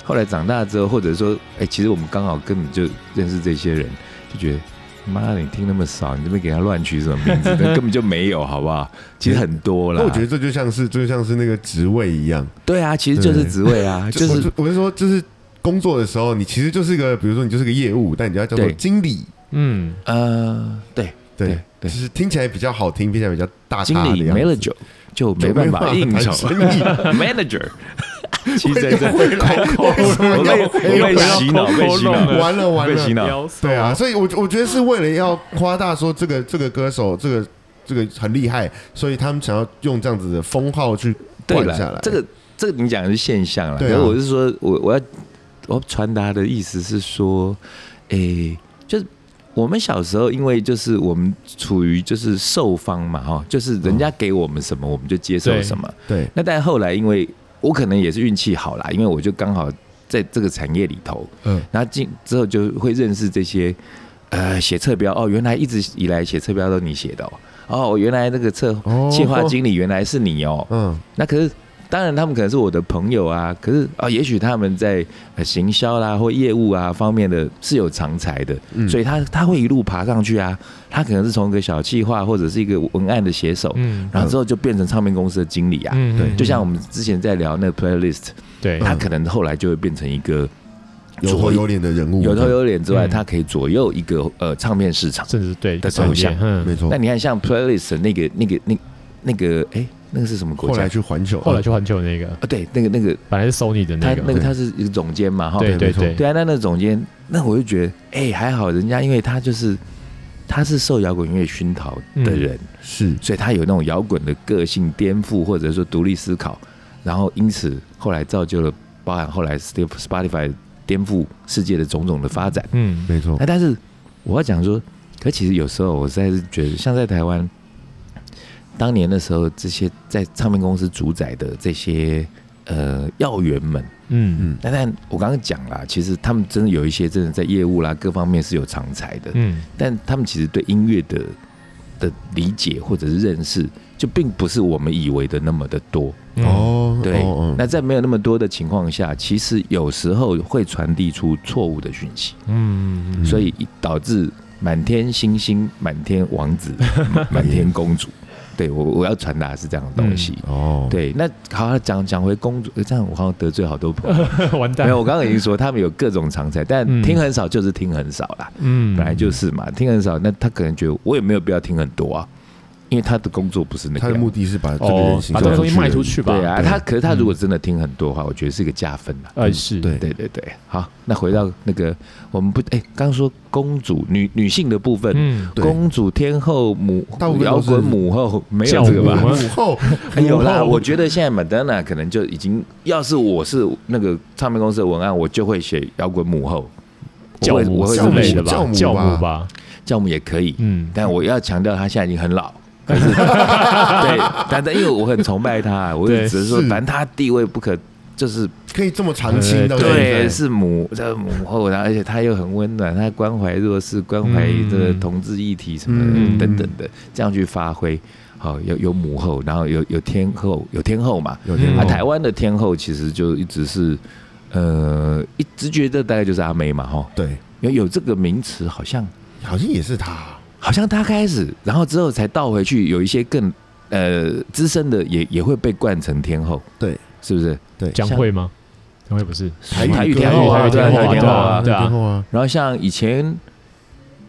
C: 后来长大之后，或者说，哎，其实我们刚好根本就认识这些人，就觉得妈，你听那么少，你这边给他乱取什么名字？
A: (laughs)
C: 那根本就没有，好不好？其实很多啦。
A: 那我觉得这就像是，这就像是那个职位一样，
C: 对啊，其实就是职位啊，
A: 就
C: 就是
A: 我我是说，就是工作的时候，你其实就是个，比如说你就是个业务，但你要叫做
C: 对
A: 经理，
B: 嗯，
C: 呃，对
A: 对
C: 对，对
A: 就是听起来比较好听，听起来比较大咖
C: 经
A: 的
C: 理
A: 样
C: 没了
A: 子。
C: 酒就
A: 就
C: 没办法
A: 办
C: 应酬
A: 谈生意 (laughs)
C: ，manager (laughs) 其实在这
A: 回来为什么
C: (laughs)
A: 要
C: 我被
A: 回
C: 我被
A: 来
C: 洗脑，被洗脑，
A: 完了完
C: 被洗
A: 了，
C: 脑。
B: 聊骚
A: 对啊，，所以我我觉得是为了要夸大说这个这个歌手这个这个很厉害，所以他们想要用这样子的封号去
C: 对
A: 灌下来
C: 了，。这个这个你讲的是现象了，
A: 对
C: 可
A: 啊
C: 是我是说，我我要我要传达的意思是说，诶、就是我们小时候，因为就是我们处于就是受方嘛，哈，就是人家给我们什么，我们就接受
B: 对
C: 什么。
A: 对
C: 那但后来，因为我可能也是运气好啦，因为我就刚好在这个产业里头，
A: 嗯
C: 嗯，然后进之后就会认识这些，呃，写侧标哦，原来一直以来写侧标都你写的哦，哦，原来那个策
A: 哦
C: 企划经理原来是你哦，
A: 嗯
C: 那可是，当然他们可能是我的朋友啊，可是啊、也许他们在、呃、行销啦或业务啊方面的是有长才的，
A: 嗯
C: 所以他他会一路爬上去啊。他可能是从一个小企划或者是一个文案的写手，
B: 嗯
C: 然后之后就变成唱片公司的经理啊。
B: 嗯，
A: 对
C: 就像我们之前在聊那个 playlist，
B: 对
C: 他可能后来就会变成一个
A: 有头有脸的人物，
C: 有头有脸之外，
B: 嗯
C: 他可以左右一个呃唱片市场。
B: 甚至对
C: 的
B: 产
C: 走
B: 业
C: 向，
A: 没
B: 嗯，
A: 错
C: 那。你看像 playlist 那个那个那那个哎、那个是什么国
A: 后
C: 家
A: 来？去环球，
B: 后来去环球那个，
C: 啊，对，那个那个
B: 本来是 Sony 的
C: 他
B: 那个，
C: 那个他是一个总监嘛，哈，
B: 对
A: 对
B: 对
A: 没错
B: 对，
C: 对啊，那那总监，那我就觉得，哎、还好人家，因为他就是他是受摇滚乐熏陶的人，
A: 是
C: 所以他有那种摇滚的个性颠覆，或者说独立思考，然后因此后来造就了，包含后来 Steve Spotify 颠覆世界的种种的发展。
B: 嗯，
A: 没错
C: 那、，但是我要讲说，可其实有时候我实在是觉得，像在台湾当年的时候，这些在唱片公司主宰的这些呃要员们。
B: 嗯
A: 嗯
C: 那但我刚刚讲啦，其实他们真的有一些真的在业务啦各方面是有长才的，
B: 嗯，
C: 但他们其实对音乐的的理解或者是认识，就并不是我们以为的那么的多。
B: 嗯，
A: 哦，
C: 对，
A: 哦
C: 那在没有那么多的情况下，其实有时候会传递出错误的讯息，
B: 嗯，嗯，
C: 所以导致满天星星、满天王
B: (laughs)
C: 子、满满天公主。对我我要传达的是这样的东
B: 嗯
C: 西。
A: 哦，
C: 对，那好，讲讲回公主，呃这样我好像得罪好多朋友。
B: 嗯完蛋，
C: 没有，我刚刚已经说他们有各种常才，但
B: 嗯
C: 听很少就是听很少啦，
B: 嗯，
C: 本来就是嘛，听很少，那他可能觉得我也没有必要听很多啊，因为他的工作不是那
A: 他
C: 个
A: 的目
C: 样。
A: 的是把这个
B: 哦
A: 人，形
B: 把
A: 象
B: 这个东西
A: (laughs)
B: 卖出去吧，
C: 对啊，
A: 对
C: 他可是他如果真的听很多的话，我觉得是一个加分啦。
B: 呃，是，
A: 对
C: 对对对，好，那回到那个我们不哎，刚说公主女女性的部分，
B: 嗯，
A: 对
C: 公主、天后、母
A: 大部分
C: 摇
A: 都是
C: 滚母后没有这
B: 教
C: 个吧
B: 母？
A: 母啊后
C: 哎有啦，
B: 母后
C: 我觉得现在 Madonna 可能就已经，要是我是那个唱片公司的文案，我就会写摇滚母后，
B: 教
C: 我会
B: 母
C: 我会
B: 之
A: 教母
B: 类的
A: 教母
B: 吧，
A: 吧
B: 教母吧，
C: 教母也可以，
B: 嗯，
C: 但我要强调她现在已经很
B: (laughs)
C: 老。可是，对，但但因为我很崇拜她，我
B: 对
C: 只是说，
A: 是
C: 反正她地位不可，就是
A: 可以这么长青的，
B: 对
C: 对，是母这个母后，然后而且她又很温暖，她关怀弱势，关怀
B: 嗯
C: 这个同志议题什么的、
B: 嗯
C: 等等的，这样去发挥。好，有有母后，然后有有天后，有天后嘛，
A: 有点
B: 嗯
C: 啊，
B: 哦
C: 台湾的天后其实就一直是，呃，一直觉得大概就是阿妹嘛，哈，
A: 对，
C: 有有这个名词，好像
A: 好像也是他，
C: 好像她开始，然后之后才倒回去，有一些更呃资深的也也会被冠成天后，
A: 对，
C: 是不是？
A: 对，
B: 江
C: 像
B: 蕙吗？江蕙不是，
A: 台
C: 台语
A: 歌
C: 天后啊，
B: 台语
C: 对
B: 天后啊
C: 台语天后啊。
B: 对啊
A: 天后啊，
C: 然后像以前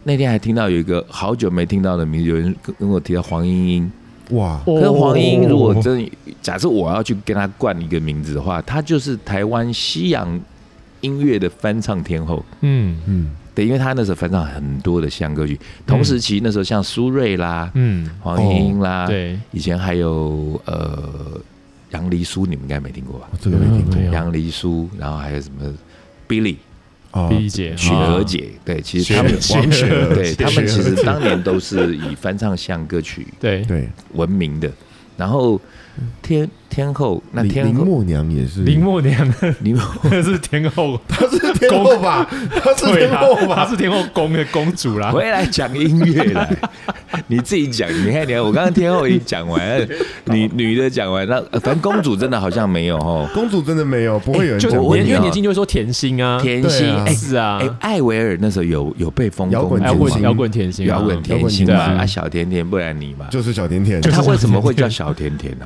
C: 那天还听到有一个好久没听到的名字，有人跟跟我提到黄莺莺，
A: 哇，
B: 哦
C: 可是黄莺莺如果真的假设我要去跟她冠一个名字的话，她就是台湾西洋音乐的翻唱天后。
B: 嗯
A: 嗯，
C: 对，因为他那时候翻唱很多的西洋歌曲，同时期那时候像苏芮啦、
B: 嗯，
C: 黄莺莺啦，，
B: 对，
C: 以前还有呃杨黎苏，你们应该没听过吧？
A: 我这个没听
B: 没
A: 过
B: 有
C: 杨黎苏，然然后还有什么 Billy
A: 啊
B: 毕姐，
C: 雪
B: 啊
C: 儿，姐，对，其实他们
B: 雪王雪
A: 儿
C: 对
A: 雪
C: 他们其
A: 儿
C: 实
A: 姐
C: 当年都是以翻唱西洋歌曲
B: 对，
A: 对，
C: 闻名的，然后天天后，那
A: 林
C: 天
A: 林
C: 后
A: 默娘也是， (laughs)
B: 林默娘
C: (laughs) 林默
B: (laughs) 是天后，
A: 她是天后吧？她是
B: 对啊
A: 天
B: 啦
A: 后，
C: 啊
A: 吧
B: 她？是天后宫的公主啦。
C: 回来讲音乐了，你自己讲。你看，你看，我刚刚天后已经讲完，女女的讲完，那呃反正公主真的好像没有哦。
A: 公主真的没有，不会有人
B: 哎就
A: 讲啊
C: 我
A: 公
B: 年
A: 主
B: 因
C: 也
B: 为年轻就会说甜心啊，
C: 甜
A: 对
C: 心，
A: 啊
C: 哎、
B: 是啊哎
C: 哎、，艾维尔那时候有有被封
A: 摇滚
C: 公主
A: 甜
B: 摇滚
A: 心
B: 摇滚甜心啊，
C: 摇滚甜心嘛，
B: 摇滚甜心
C: 啊，小甜甜布兰妮嘛，
A: 就是小甜甜，
C: 他
A: 因
C: 为什么会叫小甜甜呢、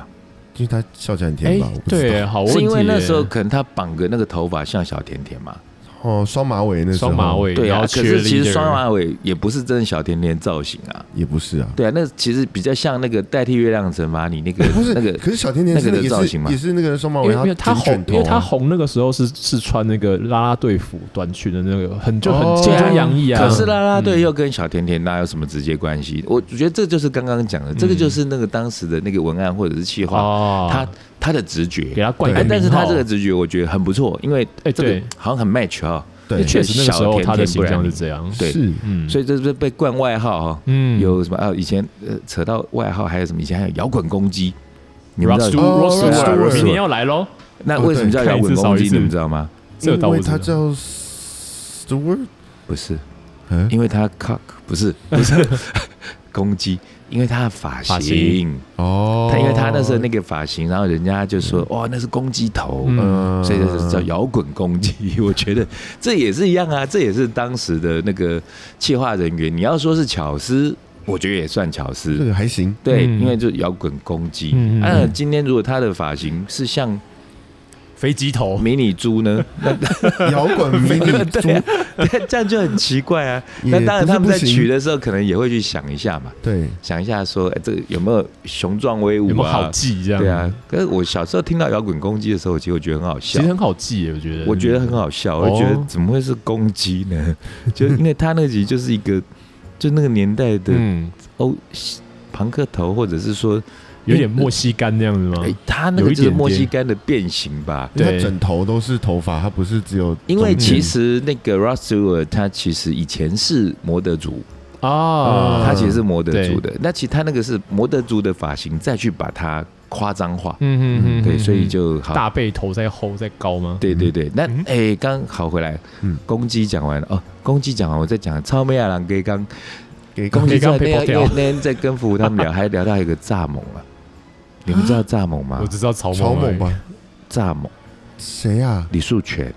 A: 为她笑起来很甜
B: 哎
A: 吧？我，不知道
B: 对，好问题
C: 是
B: 耶，
C: 因为那时候可能他绑个那个头发像小甜甜嘛，
A: 哦，双马尾那时候
B: 双马尾，
C: 对
B: 然
C: 啊，
B: 后
C: 可是其实
B: cheerleader
C: 双马尾也不是真的小甜甜造型啊，
A: 也不是啊，
C: 对啊，那其实比较像那个代替月亮惩罚你那个
A: 不是
C: 那个
A: 可是小甜甜是
C: 那个的
A: 也
C: 造
A: 是
C: 型嘛
A: 也是那个双马
B: 因
A: 尾，
B: 为因为她
A: 她卷，
B: 红
A: 头
C: 啊
A: 啊
B: 因为她红那个时候是是穿那个啦啦队服短裙的那个，很就很
A: 哦
B: 青春洋溢啊。嗯
C: 可是啦啦队又跟小甜甜那有什么直接关系？我觉得这就是刚刚讲的，这个就是那个当时的那个文案或者是企划，
B: 哦，
C: 他他的直
B: 给
C: 觉。
B: 她冠一个
C: 哎
B: 名号，
C: 但是他这个直觉我觉得很不错，因为
B: 哎
C: 这个
B: 对，
C: 好像很 match 啊。
A: 对，
B: 确实那个时候她的
C: 小
B: 形
C: 甜甜
B: 象是
C: 布
B: 这样，
C: 对
A: 是
B: 嗯，
C: 所
B: 以
C: 以这是被冠外号哈。
B: 嗯
C: 有什么啊？以前呃，扯到外号还有什么？以前还有摇滚公鸡，你们
B: Rock
C: 知
B: Stu
C: 道？
A: 哦 Rod
B: Rock Stewart，
A: Stewart
B: 明年要来喽，
C: 那为什么叫摇滚公鸡？你们知道吗？
B: 这个
A: 因
B: 倒
A: 为
B: 不知
A: 她
B: 道
A: 叫 Stewart，
C: 不是，
A: 嗯，
C: 因为他 (laughs) cock 不是不是 (laughs) 公鸡，因为他的发
B: 发
C: 型
B: 型。
A: 哦，
C: 他因为他那时候那个发型，然后人家就说哇、那是公鸡头，
B: 嗯
C: 呃
A: 嗯，
C: 所以就是叫摇滚公鸡。 (laughs) 我觉得这也是一样啊，这也是当时的那个企划人员。你要说是巧思，我觉得也算巧
A: 这
C: 思，
A: 个还
C: (laughs)
A: 行，
C: 对，
B: 嗯
C: 因为就是摇滚公鸡。
B: 嗯嗯
C: 那
B: 嗯
C: 今天如果他的发型是像
B: 飞机头，
C: 迷你猪呢， (laughs)
A: 摇滚迷你猪
C: 对啊这样就很奇怪啊。
A: 也
C: 那当
A: 不
C: 然
A: 是
C: 他们在
A: 不行
C: 取的时候，可能也会去想一下嘛，
A: 对，
C: 想一下说，哎，这个有没有雄壮威武啊？
B: 有没有好记这样？
C: 对啊，，可是我小时候听到摇滚公鸡的时候，其实我觉得很好
B: 其
C: 笑
B: 实，很好记耶，我觉得，
C: 我觉得很好笑，我
B: 哦
C: 就觉得怎么会是公鸡呢？ (laughs) 就因为他那集就是一个，就那个年代的
B: 嗯，
C: 欧朋克头，或者是说，
B: 有点莫西干那样子吗
C: 哎？，他那个
B: 有一
C: 就是
B: 点
C: 墨西
B: 点
C: 干的变形吧。
A: 因为
B: 对
A: 他整头都是头发，他不是只有
C: 因为
A: 中间
C: 其实那个 r o s t e w a r 他其实以前是摩德族，
B: 啊，
C: 嗯他其实是摩德族的。那其实他那个是摩德族的发型，再去把它夸张化，
B: 嗯嗯嗯，
C: 对，
B: 嗯
C: 所以
B: 嗯
C: 就好
B: 大背头在吼在高吗？
C: 对对对，那
B: 嗯
C: 哎，刚、好回来，
A: 嗯
C: 公鸡讲完了哦，公鸡讲完，我在讲超美亚郎给刚
A: 给
C: 公
B: 鸡
C: 鸡在
B: 给
C: 那
B: 刚被
C: 天
B: 跑掉
C: 那天在跟服务他们
B: (laughs)
C: 聊，还聊到一个蚱蜢啊，你们知道蚱蜢吗
B: 我？只知道草
A: 草蜢
B: 吧，
A: 吧？
C: 蚱蜢
A: 谁啊呀？
C: 李树全，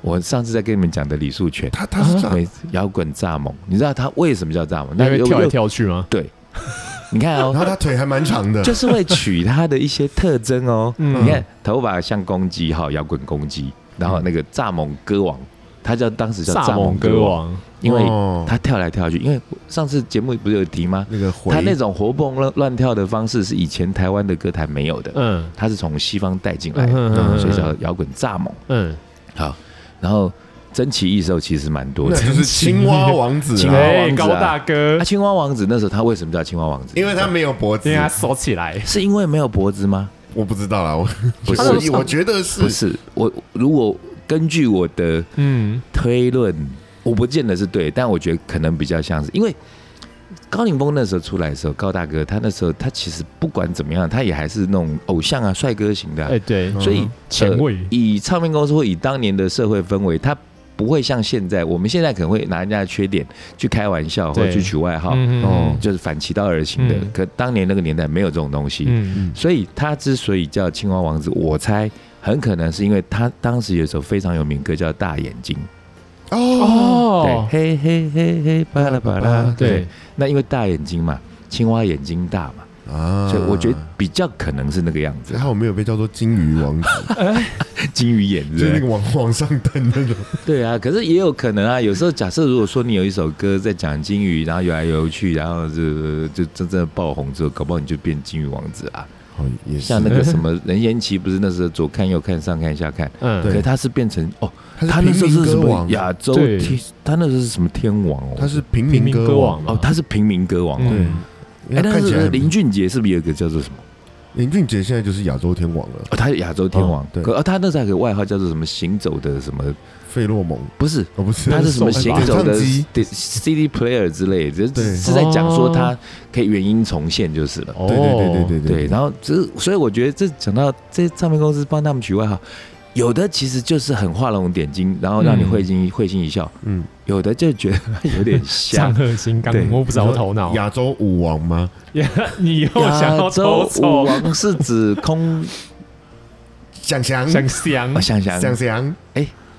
C: 我上次在跟你们讲的李树全，
A: 他他是长
C: 每次摇滚蚱蜢，你知道他为什么叫蚱蜢？
B: 那边
C: 又
B: 跳来
C: 又
B: 跳去吗？
C: 对， (laughs) 你看
A: 然
C: 哦，
A: 后他腿还蛮长的，
C: (laughs) 就是会取他的一些特征哦。
B: (laughs) 嗯
C: 你看头发像公鸡哈，摇滚公鸡，然后那个蚱蜢歌王，他叫当时叫
B: 蚱蜢
C: 歌
B: 歌，王，
C: 因为
A: 哦
C: 他跳来跳去，因为上次节目不是有提吗？
A: 那个回
C: 他那种活蹦乱乱跳的方式是以前台湾的歌坛没有的，
B: 嗯
C: 他是从西方带进来的，
B: 嗯嗯嗯
C: 所以叫摇滚蚱蜢。
B: 嗯，
C: 好，然后珍奇异兽其实蛮多
A: 那
C: 的，
A: 就是青蛙王子
C: 青蛙
A: 啊，
B: 哎
C: 王，子啊
B: 高大哥
C: 啊，，青蛙王子那时候他为什么叫青蛙王子？
A: 因为他没有脖子啊
B: 因为，他
C: 啊
B: 收起来，
C: 是因为没有脖子吗？
A: 我不知道啦，我
C: 不
A: 我
C: 是，
A: 我觉得
C: 不
A: 是
C: 是我如果根据我的
B: 嗯，
C: 推论，我不见得是对，但我觉得可能比较像是，因为高凌风那时候出来的时候，高大哥他那时候他其实不管怎么样，他也还是那种偶像啊、帅哥型的啊、
B: 哎对，
A: 嗯
C: 所以
B: 前卫
C: 呃以唱片公司或以当年的社会氛围，他不会像现在，我们现在可能会拿人家的缺点去开玩笑或
B: 对
C: 去取外号，
B: 嗯
A: 哦
C: 就是反其道而行的。
B: 嗯
C: 可当年那个年代没有这种东西，
B: 嗯
C: 所以他之所以叫青蛙王子，我猜很可能是因为他当时有一首非常有名歌叫《大眼睛》。
A: 哦，
C: 嗯对，
B: 哦，
C: 嘿嘿嘿嘿，巴拉巴拉。
B: 对，，
C: 那因为大眼睛嘛，青蛙眼睛大嘛，
A: 啊
C: 哦所以我觉得比较可能是那个样子 (laughs)
A: 还，好没有被叫做金鱼王子，
C: 金鱼眼
A: (laughs) 就是那
C: 对
A: 个往往上蹬那种，
C: 对啊，可是也有可能啊。有时候假设如果说你有一首歌在讲金鱼，然后游来游去，然后就就真正的爆红之后，搞不好你就变金鱼王子
A: (laughs)
C: 啊。
A: 好哦也是
C: 像那个什么任贤齐，不是那时候左看右看上看下看，
B: 嗯
C: 可
A: 对
C: 是他是变成哦，他
A: 他
C: 那
A: 是
C: 时
A: 平
C: 候是
A: 民
C: 什
A: 歌
C: 么
A: 王，啊
C: 亚洲
B: 对
C: 天，他那时候是什么天王哦？
A: 他是平
B: 平
A: 民
B: 民
A: 歌
B: 歌王
A: 王，
B: 嘛
C: 哦，他是平民歌王哦。
A: 对
B: 嗯
A: 因为
C: 哎、但
A: 他看起来
C: 是
A: 很
C: 林俊杰是不是有一个叫做什么
A: 林俊杰现在就是亚洲天王了，
C: 哦，他是亚洲天王
A: 哦，对
C: 可、哦、他那时候还有个外号叫做什么“行走的什么
A: 费洛蒙”，
C: 不是，
A: 哦不是，
C: 他是什么
A: 手
C: 行
A: 哎
C: 走的
A: 唱机
C: CD CD player 之类的，
A: 对
C: 是是在讲说他可以原音重现就是了。
B: 哦
A: 对对对对对
C: 对，然后这所以我觉得这讲到这唱片公司帮他们取外号，有的其实就是很画龙点睛，然后让你
B: 嗯
C: 会心会心一笑；
A: 嗯，
C: 有的就觉得有点像
A: (laughs)
B: 上。颚金刚
C: 对
B: 摸不着头脑。
A: 亚洲舞王吗？
B: 你又想
C: 亚
B: 要
C: 洲
B: 偷
C: 舞
B: 走，
C: 王是指
A: (laughs)
C: 空
A: 想想
B: 想想
C: 啊，想想
A: 想想，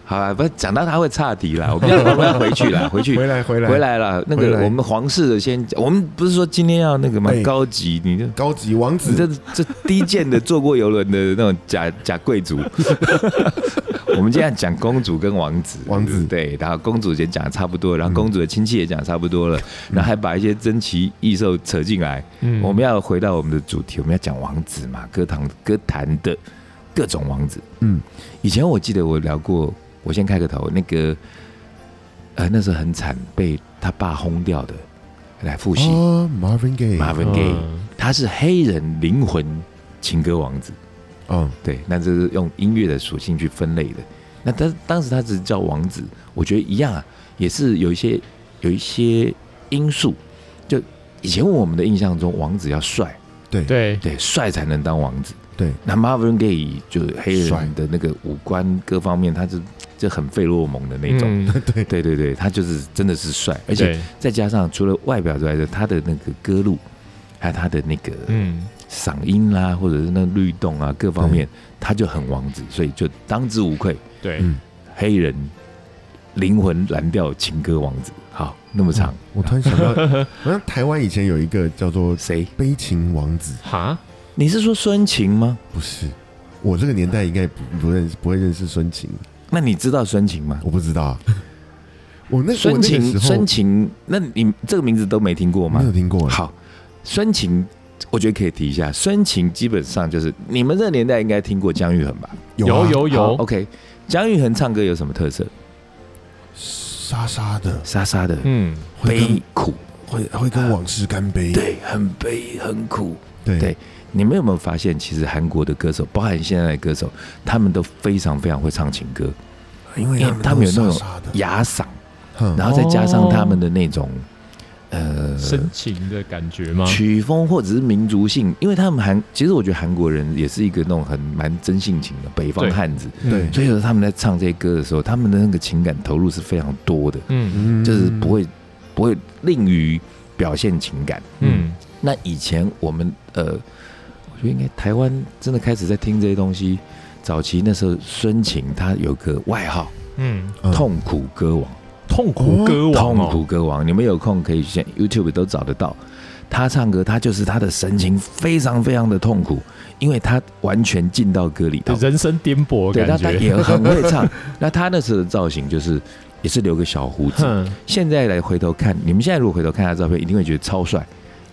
C: 好了，不讲到他会岔题了，我们要我们要回
A: (laughs)
C: 去了，回去
A: 回来回来
C: 回，来了。那
A: 回
C: 个
A: 来
C: 我们皇室的先，我们不是说今天要那个吗
A: 哎？
C: 高级，你就
A: 高级王
C: 你这
A: 子，
C: 这低贱的坐过游轮的那种假假贵
A: (laughs)
C: 族。我们今天讲公主跟王子，
A: 王子嗯
C: 对，然后公主也讲得差不多，然后公主的亲戚也讲得差不多了，然后还把一些珍奇异兽扯进来。
B: 嗯
C: 我们要回到我们的主题，我们要讲王子嘛，歌坛歌坛的各种王子。
A: 嗯，
C: 以前我记得我聊过，我先开个头，那个呃那时候很惨，被他爸轰掉的，来复习、
A: 哦 Marvin Gaye，
C: Marvin Gaye，、
B: 嗯
C: 他是黑人灵魂情歌王子，
A: 嗯，
C: 对，那这是用音乐的属性去分类的。那他当时他只是叫王子，我觉得一样啊，也是有一些有一些因素，就以前我们的印象中，王子要帅。
A: 对，
B: 对
C: 对，帅才能当王子。
A: 对， (laughs)
C: 那 Marvin Gaye 就黑
A: 帅
C: 人的那个五官各方面，他是就很费洛蒙的那种。
B: 嗯
A: 对，
C: 对对对，他就是真的是帅，而且
B: 对
C: 再加上除了外表之外的，他的那个歌路，还有他的那个
B: 嗯
C: 嗓音啦、或者是那律动啊各方面，他就很王子，所以就当之无愧
B: 对
A: 嗯
C: 黑人灵魂蓝调情歌王子。好，那么长，
B: 嗯
A: 我突然想
C: (laughs)
A: 到，好像台湾以前有一个叫做
C: 谁？
A: 悲情王子，
B: 哈
C: 你是说孙晴吗？
A: 不是。我这个年代应该不不认识，不会认识孙晴，
C: 那你知道孙晴吗？
A: 我不知道啊。我
C: (laughs)
A: 那我
C: 孙
A: 那个时
C: 晴，
A: 候
C: 孙晴，那你这个名字都没听过吗
A: 没？有听过，
C: 好，孙晴，我觉得可以提一下。孙晴基本上就是你们这个年代应该听过姜育恒吧？
A: 有啊
B: 有
C: 好
B: 有，
C: ，OK。姜育恒唱歌有什么特色？
A: 沙沙的，
C: 沙沙的，
B: 嗯
A: 会
C: 悲
A: 跟嗯
C: 苦，
A: 会会跟往事干杯，
C: 对，很悲很苦。
A: 对
C: 对你们有没有发现，其实韩国的歌手，包含现在的歌手，他们都非常非常会唱情歌，
A: 因为
C: 因为他们有那种
A: 都是沙沙的，
C: 哑嗓，
A: 哼
C: 然后再加
A: 哦
C: 上他们的那种，呃，
B: 深情的感觉吗？
C: 曲风或者是民族性，因为他们韩，其实我觉得韩国人也是一个那种很蛮真性情的北方
B: 对
C: 汉子，
A: 对
C: 所以说他们在唱这些歌的时候，他们的那个情感投入是非常多的，
B: 嗯
A: 嗯
C: 就是不会不会吝于表现情感。
B: 嗯
C: 那以前我们呃，我觉得应该台湾真的开始在听这些东西，早期那时候孙晴她有个外号
B: 嗯，
A: 嗯
C: 痛苦歌王。
B: 痛苦歌王
C: 痛苦
B: 哦，
C: 歌王，你们有空可以去 YouTube 都找得到。他唱歌，他就是他的神情非常非常的痛苦，因为他完全进到歌里头。
B: 人生颠簸
C: 对，
B: 的
C: 那
B: 感
C: 他
B: 觉，
C: 也很会
B: (laughs)
C: 唱。那他那时候的造型就是也是留个小胡子。
B: 哼
C: 现在来回头看，你们现在如果回头看他的照片，一定会觉得超帅，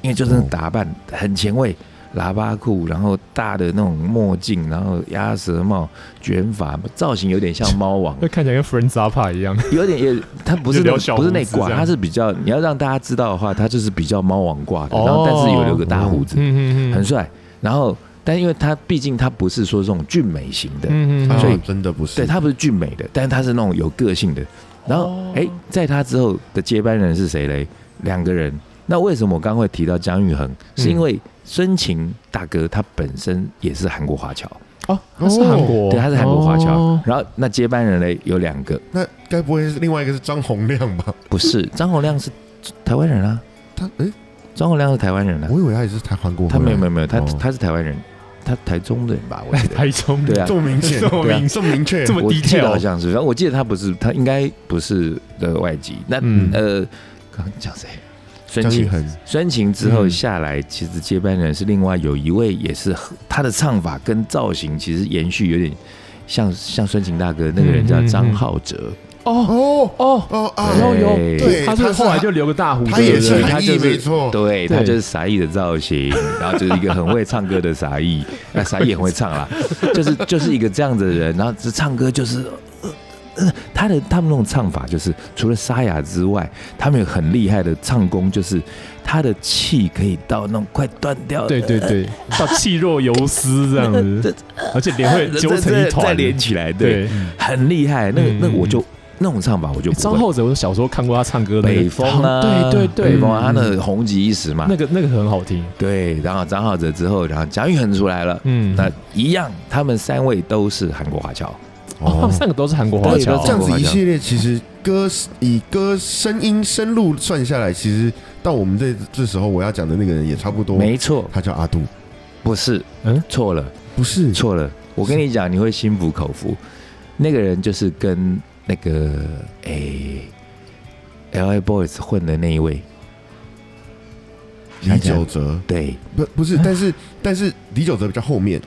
C: 因为就是那种打扮很前卫，喇叭裤，然后大的那种墨镜，然后鸭舌帽、卷发，造型有点像猫
B: (laughs)
C: 王。
B: 那看起来跟 Friend Zappa 一样，
C: 有点也，他不是
B: 就
C: 那
B: 聊小
C: 不是
B: 胡
C: 内
B: 子
C: 挂，
B: 这样
C: 他是比较你要让大家知道的话，他就是比较猫王挂的，
B: 哦
C: 然后但是有留个大胡子，
B: 嗯嗯
C: 很帅。然后，但因为他毕竟他不是说这种俊美型的，
B: 嗯
A: 啊
C: 所以
A: 真的不是，
C: 对他不是俊美的，但是他是那种有个性的。然后
B: 哦，
C: 哎、在他之后的接班人是谁嘞？两个人。那为什么我刚刚会提到姜育恒？
B: 嗯
C: 是因为孙晴大哥他本身也是韩国华侨，
B: 哦，他是韩国，
C: 对，他是韩国华侨。
B: 哦
C: 然后那接班人嘞有两个，
A: 那该不会是另外一个是张洪亮吧？
C: 不是张洪亮是台湾人啊。
A: 他哎，
C: 张洪亮是台湾人啊，
A: 我以为他也是台韩国回
C: 他
A: 来，
C: 没有没有没有，他
A: 哦
C: 他是台湾人，他台中人吧？我
B: (laughs)
C: 记得
B: 台中
C: 对啊
A: 这，么明显，
B: 这么
A: 对啊
B: 明
A: 这么明确
B: 这，么
C: 我记
B: detail
C: 得好像是，反正我记得他不是，他应该不是的外籍。那
B: 嗯
C: 呃，刚刚讲谁？孙
A: 张育
C: 晴，
A: 恒
C: 孙晴之后
B: 嗯
C: 下来，其实接班人是另外有一位，也是很他的唱法跟造型其实延续有点像像孙晴大哥那个人叫
B: 嗯嗯嗯
C: 张浩哲，
B: 哦
A: 哦
B: 哦，
A: 哦啊，
B: 有有，
A: 对
B: 他
A: 他
B: 是
A: 是
B: 后来就留个大胡子，
A: 他也是
B: 对不对
A: 韩
C: 他就
A: 裔
C: 是
A: 没错，
C: 对
B: 对
C: 他就是傻艺的造型， (laughs) 然后就是一个很会唱歌的
B: (laughs)
C: 傻艺，那傻艺也很会唱啦，就是就是一个这样子的人，然后只唱歌就是呃呃他的他们那种唱法，就是除了沙哑之外，他们有很厉害的唱功，就是他的气可以到那种快断 (laughs) 掉的，
B: 对对对， (laughs) 到气若游丝这样
C: (laughs)
B: 子，而且脸会
C: 呃，
B: 揪成
C: 再
B: 一
C: 再再
B: 团。
C: 连起来，
B: 对，
C: 对，很厉害。那个
B: 嗯
C: 那个我就那种唱法我就不
B: 张
C: 会。
B: 浩哲，我小时候看过他唱歌的那个
C: 北风啊，
B: 对对对，
C: 北风啊，他那
B: 嗯
C: 个红极一时嘛
B: 那，个那个很好听，
C: 对。然后张浩哲之后，然后蒋玉恒出来了，
B: 嗯，
C: 那一样，他们三位都是韩国华侨，
B: 哦，他们三个都是韩国华
C: 对
B: 侨
A: 这
C: 都是，
A: 样子一系列，其实歌以歌声音声路算下来，其实到我们这这时候我要讲的那个人也差不多。
C: 没错，
A: 他叫阿杜，
C: 不是，
B: 嗯
C: 嗯，错了，
A: 不是
C: 错了。我跟你讲，你会心服口服。那个人就是跟那个诶、L A Boys 混的那一位，
A: 李玖哲，
C: 对，
A: 不不
C: 啊
A: 是，但是但是李玖哲比较后面。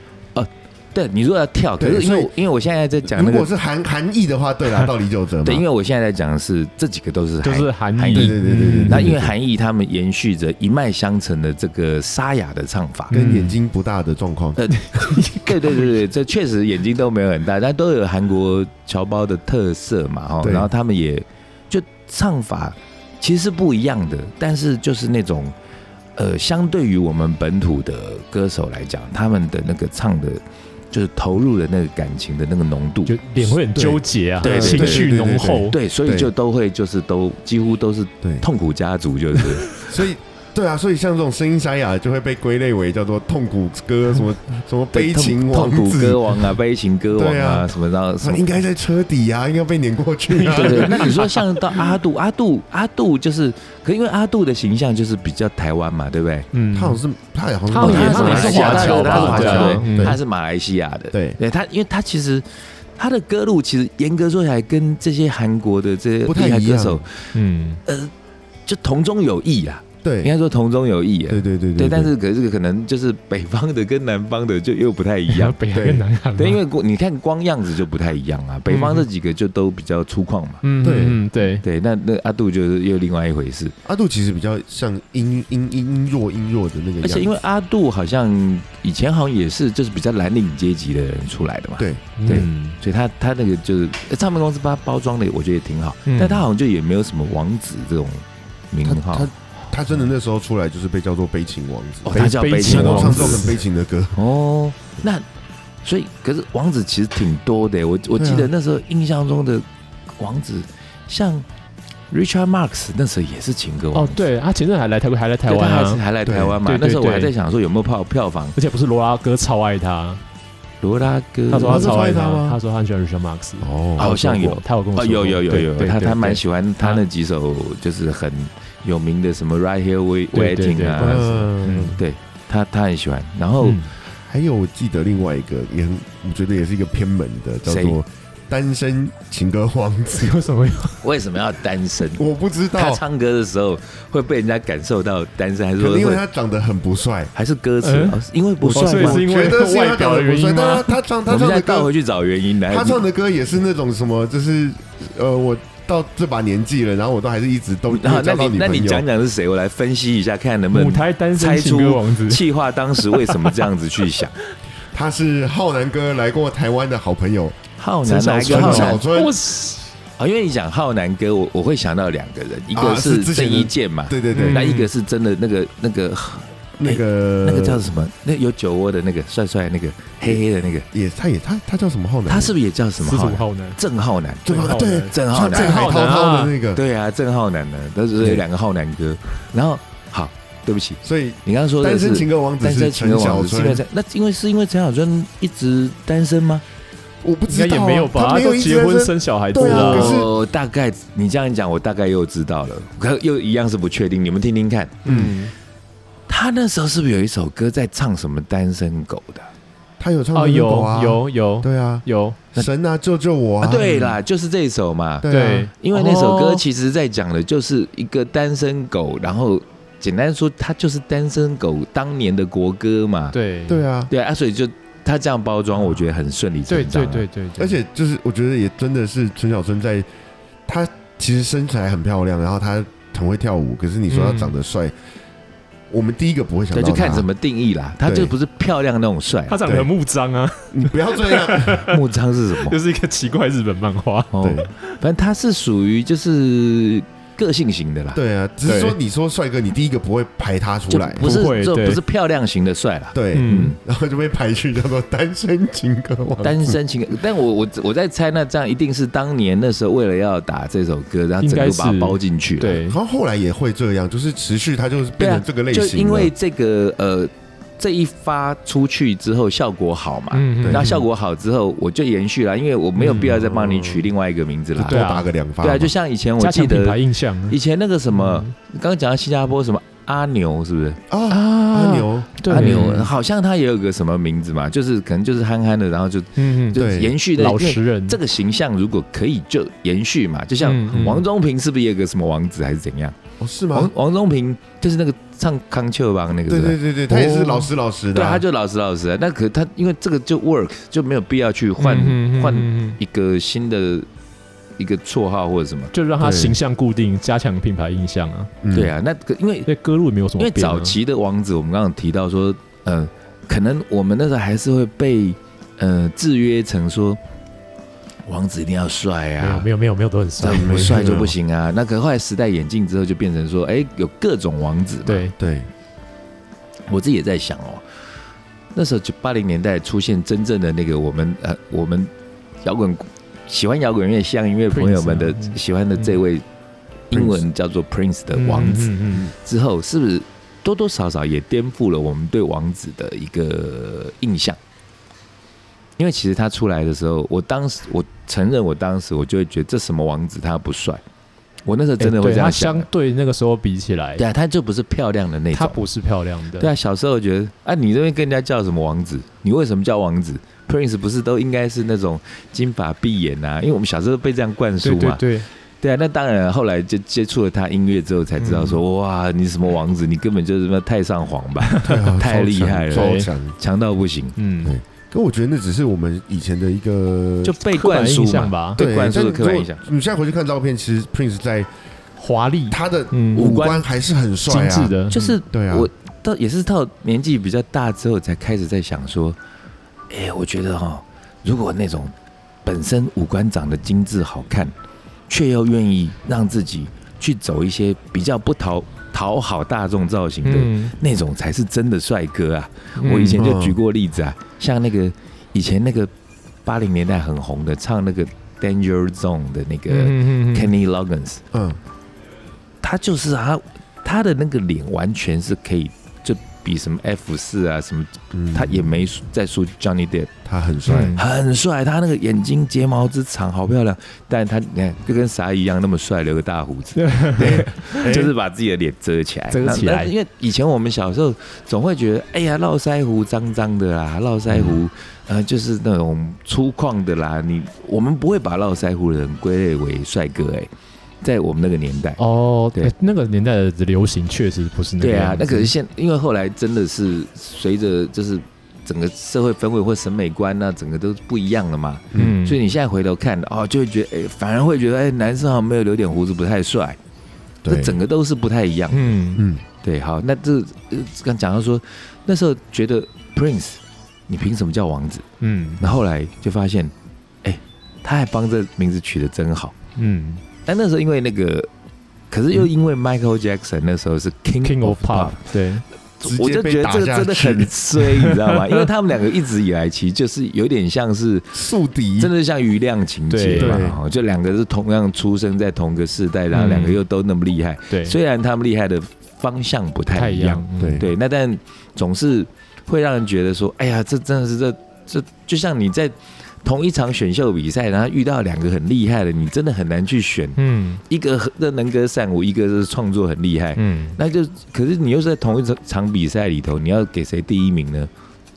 C: 对，你如果要跳，可
A: 对
C: 是因为
A: 所
C: 我因为我现在在讲
A: 如
C: 那
A: 果
C: 个，
A: 是韩韩裔的话，对
C: (laughs)
A: 啦，到李玖哲嘛。
C: 对，因为我现在在讲的是这几个都是
B: 就
C: 韩，
B: 是韩
C: 韩
B: 裔，
C: 裔
A: 对对对对对
B: 嗯
C: 那因为韩裔他们延续着一脉相承的这个沙哑的唱法，
A: 跟眼睛不大的状况，
C: 对
A: (laughs)
C: 对对对，这确实眼睛都没有很大，但都有韩国侨胞的特色嘛哈。
A: 对
C: 然后他们也就唱法其实是不一样的，但是就是那种呃，相对于我们本土的歌手来讲，他们的那个唱的，就是投入的那个感情的那个浓度，
B: 就脸会很纠结啊，
C: 对对
B: 情绪浓厚，
C: 对，所以
A: 对
C: 就都会就是都几乎都是
A: 对
C: 痛苦家族，就是
A: 所以对啊，所以像这种声音沙哑就会被归类为叫做痛苦歌，什么什么悲情王
C: 痛痛苦
A: 子，
C: 歌王啊，悲情歌王
A: 对
C: 啊，
A: 啊
C: 什么然后什
A: 他
C: 么
A: 应该在车底啊，应该被碾过去 (laughs) 啊。
C: 对对，那你说像到阿杜，阿杜，阿杜就是，可因为阿杜的形象就是比较台湾嘛，对不对？
B: 嗯，
A: 他好像是他好像
B: 他好像
A: 马来西亚
B: 也
A: 的
B: 是华侨吧
C: 他是华
B: 对
C: 侨
B: 啊，嗯
C: 对，他是马来西亚的，
A: 对
C: 对他，因为他其实他的歌路其实严格说起来，跟这些韩国的这些
A: 不太
C: 厉害
A: 一样
C: 歌手呃
B: 嗯，，
C: 就同中有异啊，
A: 对
C: 应该说同中有异啊，
A: 对对对
C: 对，但是可是可能就是北方的跟南方的就又不
A: (laughs)
C: 太一样
B: 北韩跟南韩嘛，
C: 对，因为光你看光样子就不太一样啊，北方这几个就都比较粗犷嘛，
B: 嗯
A: 对
B: 嗯对，
C: 对，那那阿杜就是又另外一回事。
A: 阿杜其实比较像音音音音弱音弱的那个样
C: 而
A: 子，
C: 且因为阿杜好像以前好像也是就是比较蓝领阶级的人出来的嘛，
A: 对
C: 对
B: 嗯
C: 所以他他那个就是呃唱片公司把他包装的，我觉得也挺好，
B: 嗯
C: 但他好像就也没有什么王子这种名
A: 他
C: 号
A: 他他真的那时候出来就是被叫做悲情王子，
C: 哦，
B: 悲
C: 他叫悲
A: 他
B: 情
C: 情
B: 啊
A: 都
C: 王
A: 唱这种
C: 子
A: 很悲情的歌，
C: 哦，那所以可是王子其实挺多的，我我
A: 对啊
C: 记得那时候印象中的王子像 Richard Marx 那时候也是情歌王
B: 哦
C: 子，
B: 对，他前阵还来台还来台
C: 对
B: 湾
C: 他还是
B: 啊，
C: 还来台湾嘛
B: 对，对
C: 那时候我还
B: 对
C: 在想说有没有票票房
B: 而且不是罗拉哥超爱他，
C: 罗拉哥，
B: 嗯他说
A: 他
B: 他
A: 是
B: 超爱
A: 超爱他吗
B: 他，他说他很喜欢 Richard Marx，
A: 哦
B: 嗯
C: 好像有
B: 他有跟我
C: 哦，
B: 说过
C: 有有有
B: 对
C: 有，
B: 对
C: 他
B: 对
C: 他蛮
B: 对
C: 喜欢他那几首，就是很有名的什么《Right Here We
B: 对对
C: Waiting》
B: 对
C: 啊，
A: 嗯
B: 嗯，
C: 他他很喜欢。然后
B: (laughs) 嗯
A: 还有我记得另外一个也很，我觉得也是一个偏门的，叫做单身情歌王子， (laughs)
B: 为什么要
C: 为什么要单身？
A: 我不知
C: 他
A: 道，
C: 唱歌的时候会被人家感受到单身，还是
A: 可能因为
C: 说
A: 他长得很不帅，
C: 还是歌词
B: 嗯？
C: 哦是因为不
B: 哦所
C: 帅
B: 以
C: 吗
B: 是？因为
A: 我觉得是因为他长得不帅，
B: 外表的原因吗
A: 但他他唱
C: 我
A: 他唱
C: 们现在
A: 的
C: 倒
A: 歌
C: 回，去找原因来。
A: 他唱的歌也是那种什么，就是呃，我到这把年纪了，然后我都还是一直都没
C: 然后
A: 有
C: 啊那
A: 交到
C: 你
A: 女
C: 那
A: 朋
C: 你讲
A: 友。
C: 讲是谁？我来分析一下，看能不
B: 母
C: 能
B: 胎单身
C: 猜
B: 情
C: 出
B: 歌王子？
C: 气话当时为什么这样子去想。
A: 他是浩南哥来过台湾的好朋友
C: 浩
B: 陈
C: 南
B: 小
C: 哪一个
B: 春
C: 浩
A: 陈
C: 南哦
A: 小？春
B: 我，是
C: 啊，因为你讲浩南哥，我我会想到两个人，一个
A: 啊
C: 是
A: 是之
C: 郑
A: 前的
C: 伊健嘛，
A: 对对嗯呃对，
C: 那一个是真的那个那个
A: 那个
C: 嗯哎那个叫什么？那有酒窝的那个帅帅的那个黑黑的那个，
A: 也他也他他叫什么浩南？
C: 他是不是也叫什么
B: 四十
C: 浩
B: 五
C: 南？
B: 号呢？
C: 郑浩南，
A: 对吧？对，
C: 郑浩
A: 像郑
C: 南，
A: 海涛涛的那个，
C: 对啊，郑浩南呢，都是有两个浩南哥。然后好，对不起，
A: 所以
C: 你刚刚说的
A: 单身
C: 是
A: 情歌王子
C: 单
A: 是
C: 身情
A: 陈
C: 歌
A: 小
C: 王子，是因为
A: 春，
C: 在那因为是因为陈小春一直单身吗？
A: 我不
B: 应该
A: 知道
B: 也
A: 啊，
B: 没有吧？
A: 他没有
B: 都
A: 一直
B: 结婚
A: 在
B: 生小孩子
A: 对啊可
B: 了
A: 是。
C: 我大概你这样讲，我大概又知道了，可又一样是不确定。你们听听看，
B: 嗯，
C: 他那时候是不是有一首歌在唱什么单身狗的？
A: 他有唱
B: 哦，
A: 那个
B: 有
A: 狗啊，
B: 有有
A: 对啊，
B: 有，
A: 神啊救救我
C: 啊，
A: 啊！
C: 对啦，就是这一首嘛。
A: 对啊
B: 对，
C: 因为那首歌
B: 哦
C: 其实在讲的就是一个单身狗，然后简单说，它就是单身狗当年的国歌嘛。
B: 哦对
A: 对啊，
C: 对啊，所以就他这样包装，我觉得很顺理
B: 对
C: 成
B: 对
C: 章、啊。
B: 对对，对
A: 而且就是我觉得也真的是陈小春在，他其实身材很漂亮，然后他很会跳舞，可是你说他长得帅，我们第一个不会想到
C: 嗯
A: 他，
C: 对，就看怎么定义啦。他
A: 对
C: 就不是漂亮那种帅
B: (laughs) 他，长得很木章啊，
A: 你不要这
C: (laughs)
A: 样，
C: 木章是什么
B: 就？是一个奇怪日本漫画。
C: (laughs) 哦
A: 对，
C: 反正他是属于就是个性型的啦，
A: 对啊，只是
B: 对
A: 说你说帅哥，你第一个不会排他出
C: 就
A: 来，
C: 不是
B: 不会
C: 就
B: 对
C: 不是漂亮型的帅啦。
A: 对，
B: 嗯，
A: 然后就被排去叫做单身情歌王，
C: 单身情歌，但我我我在猜，那这样一定是当年那时候为了要打这首歌，然后
B: 应
C: 整
B: 该
C: 个
B: 是
C: 把它包进去。，
B: 对
A: 然，后后来也会这样，就是持续他就是变成这个类型
C: 啊就
A: 了，
C: 因为这个呃这一发出去之后效果好嘛，
B: 嗯
A: 对
C: 那效果好之后我就延续了，因为我没有必要再帮你取另外一个名字
A: 就
C: 啦。
A: 多打个两发嘛，
C: 对啊，就像以前我
B: 嗯加
C: 记
B: 强品牌
C: 得
B: 印象啊
C: 以前那个什么，刚刚讲到新加坡什么阿牛是不是？
A: 啊，
B: 啊
A: 阿，牛，
B: 对
C: 阿牛好像他也有个什么名字嘛，就是可能就是憨憨的，然后就
B: 嗯嗯，
C: 就
A: 对
C: 延续的
B: 老
C: 因为
B: 实人
C: 这个形象如果可以就延续嘛，就像
B: 嗯嗯
C: 王宗平是不是也有个什么王子还是怎样？
A: 哦是
C: 王
A: 吗？
C: 王宗平就是那个唱《康丘邦》那个，
A: 对
C: 是吧
A: 对对对，他也是老实老实的
C: 哦对，
A: 啊，
C: 他就老实老实的。那可他因为这个就 work 就没有必要去换
B: 嗯嗯嗯
C: 换
B: 嗯嗯
C: 一个新的一个绰号或者什么。
B: 就让他
A: 对
B: 形象固定，加强品牌印象啊。
A: 嗯
C: 对，啊，那个因为
B: 因为歌路也没有什么
C: 因为
B: 变啊
C: 早期的王子，我们刚刚有提到说，呃，可能我们那时候还是会被呃制约成说，王子一定要帅
B: 没有
C: 啊，
B: 没有没有没有都很
C: 这
B: 帅
C: 样，不
A: 没有
C: 帅就不行啊。那可后来时代演进之后，就变成说，哎，有各种王子嘛。
B: 对，
A: 对，
C: 我自己也在想哦，那时候就八零年代出现真正的那个我们呃我们摇滚喜欢摇滚乐、西洋音乐
B: Prince
C: 朋友们的
B: 啊嗯
C: 喜欢的这位英文叫做 Prince 的王子
B: 嗯，嗯嗯
C: 之后，是不是多多少少也颠覆了我们对王子的一个印象？因为其实他出来的时候，我当时我承认，我当时我就会觉得这什么王子他不帅，我那时候真的
B: 哎
C: 会
B: 对
C: 这
B: 他
C: 样啊想
B: 相
C: 的。
B: 对那个时候比起来，
C: 对啊，他就不是漂亮的那种，
B: 他不是漂亮的，
C: 对啊，小时候觉得啊，你这边跟人家叫什么王子？你为什么叫王子？Prince 不是都应该是那种金发碧眼啊？因为我们小时候被这样灌输
B: 对
C: 嘛。
B: 对对，
C: 对啊，那当然，后来就接触了他音乐之后，才知道说、
B: 嗯
C: 哇，你什么王子？你根本就是什么太上皇吧， (laughs)
A: 对啊
C: 太厉害了
A: 超强。
C: 强到不行，
B: 嗯，
A: 可我觉得那只是我们以前的一个
C: 就被
B: 嗯刻
C: 灌
B: 板
C: 输
B: 印象
C: 嘛。
B: 吧，
C: 被
A: 对，
C: 灌输的
A: 但
C: 刻板
A: 如
C: 印象
A: 果你现在回去看照片，其实 Prince 在
B: 华丽、
A: 他的
B: 嗯
A: 五
C: 五官
A: 官还是很帅
B: 精
A: 啊，
B: 致的，
C: 就是
A: 对
B: 嗯
A: 啊，
C: 我到也是到年纪比较大之后，才开始在想说，哎、我觉得哈、如果那种本身五官长得精致好看，却又愿意让自己去走一些比较不讨讨好大众造型的、
B: 嗯，
C: 那种，才是真的帅哥啊！
B: 嗯
C: 我以前就
A: 嗯
C: 举过例子啊，像那个以前那个八零年代很红的唱那个 Danger Zone 的那个
B: 嗯嗯嗯嗯
C: Kenny Loggins，、
A: 嗯，
C: 他就是啊，他的那个脸完全是可以就比什么 F 四啊什么，
A: 嗯
C: 他也没输在输 Johnny Depp，
A: 他很帅，
B: 嗯
C: 很帅，他那个眼睛睫毛之长，好漂亮。但他你看就跟啥一样那么帅，留个大胡子， (laughs) 就是把自己的脸遮起来，
B: 遮起来
C: 那那因为以前我们小时候总会觉得，哎呀，络腮胡脏脏的啦，络腮
B: 嗯
C: 胡呃就是那种粗犷的啦。你我们不会把络腮胡的人归类为帅哥哎、在我们那个年代。
B: 哦，
C: 对
B: 对，那个年代的流行确实不是那个
C: 对啊
B: 样，子
C: 那可是现因为后来真的是随着就是整个社会氛围或审美观啊，整个都不一样了嘛，
B: 嗯，
C: 所以你现在回头看哦，就会觉得哎、反而会觉得哎、男生好像没有留点胡子不太帅，这
A: 对，
C: 整个都是不太一样。
B: 嗯，
A: 嗯，
C: 对，好，那这呃刚讲到说那时候觉得 Prince，你凭什么叫王子？
B: 嗯
C: 那后来就发现，哎、他还帮这名字取得真好。
B: 嗯
C: 但那时候因为那个，可是又因
A: 嗯
C: 为 Michael Jackson 那时候是 King,
B: ，King
C: of
B: of Pop，
C: Pop。
B: 对，
A: 直
C: 我
A: 接
C: 就
A: 被
C: 觉得
A: 打
C: 这个
A: 下
C: 真的
A: 去
C: 很衰，你知道吗？因为他们两个一直以来其实就是有点像是，
A: 宿敌，
C: 真的像余亮情节
B: 对
C: 嘛
A: 对，
C: 哦就两个是同样出生在同个世代，然后
B: 嗯
C: 两个又都那么厉害，
B: 对，
C: 虽然他们厉害的方向不
B: 太
C: 太一样，，
B: 嗯
A: 对
C: 对，那但总是会让人觉得说，哎呀，这真的是这这就像你在同一场选秀比赛，然后遇到两个很厉害的，你真的很难去选，
B: 嗯
C: 一个很能歌善舞，一个是创作很厉害，
B: 嗯，
C: 那就可是你又是在同一场场比赛里头，你要给谁第一名呢？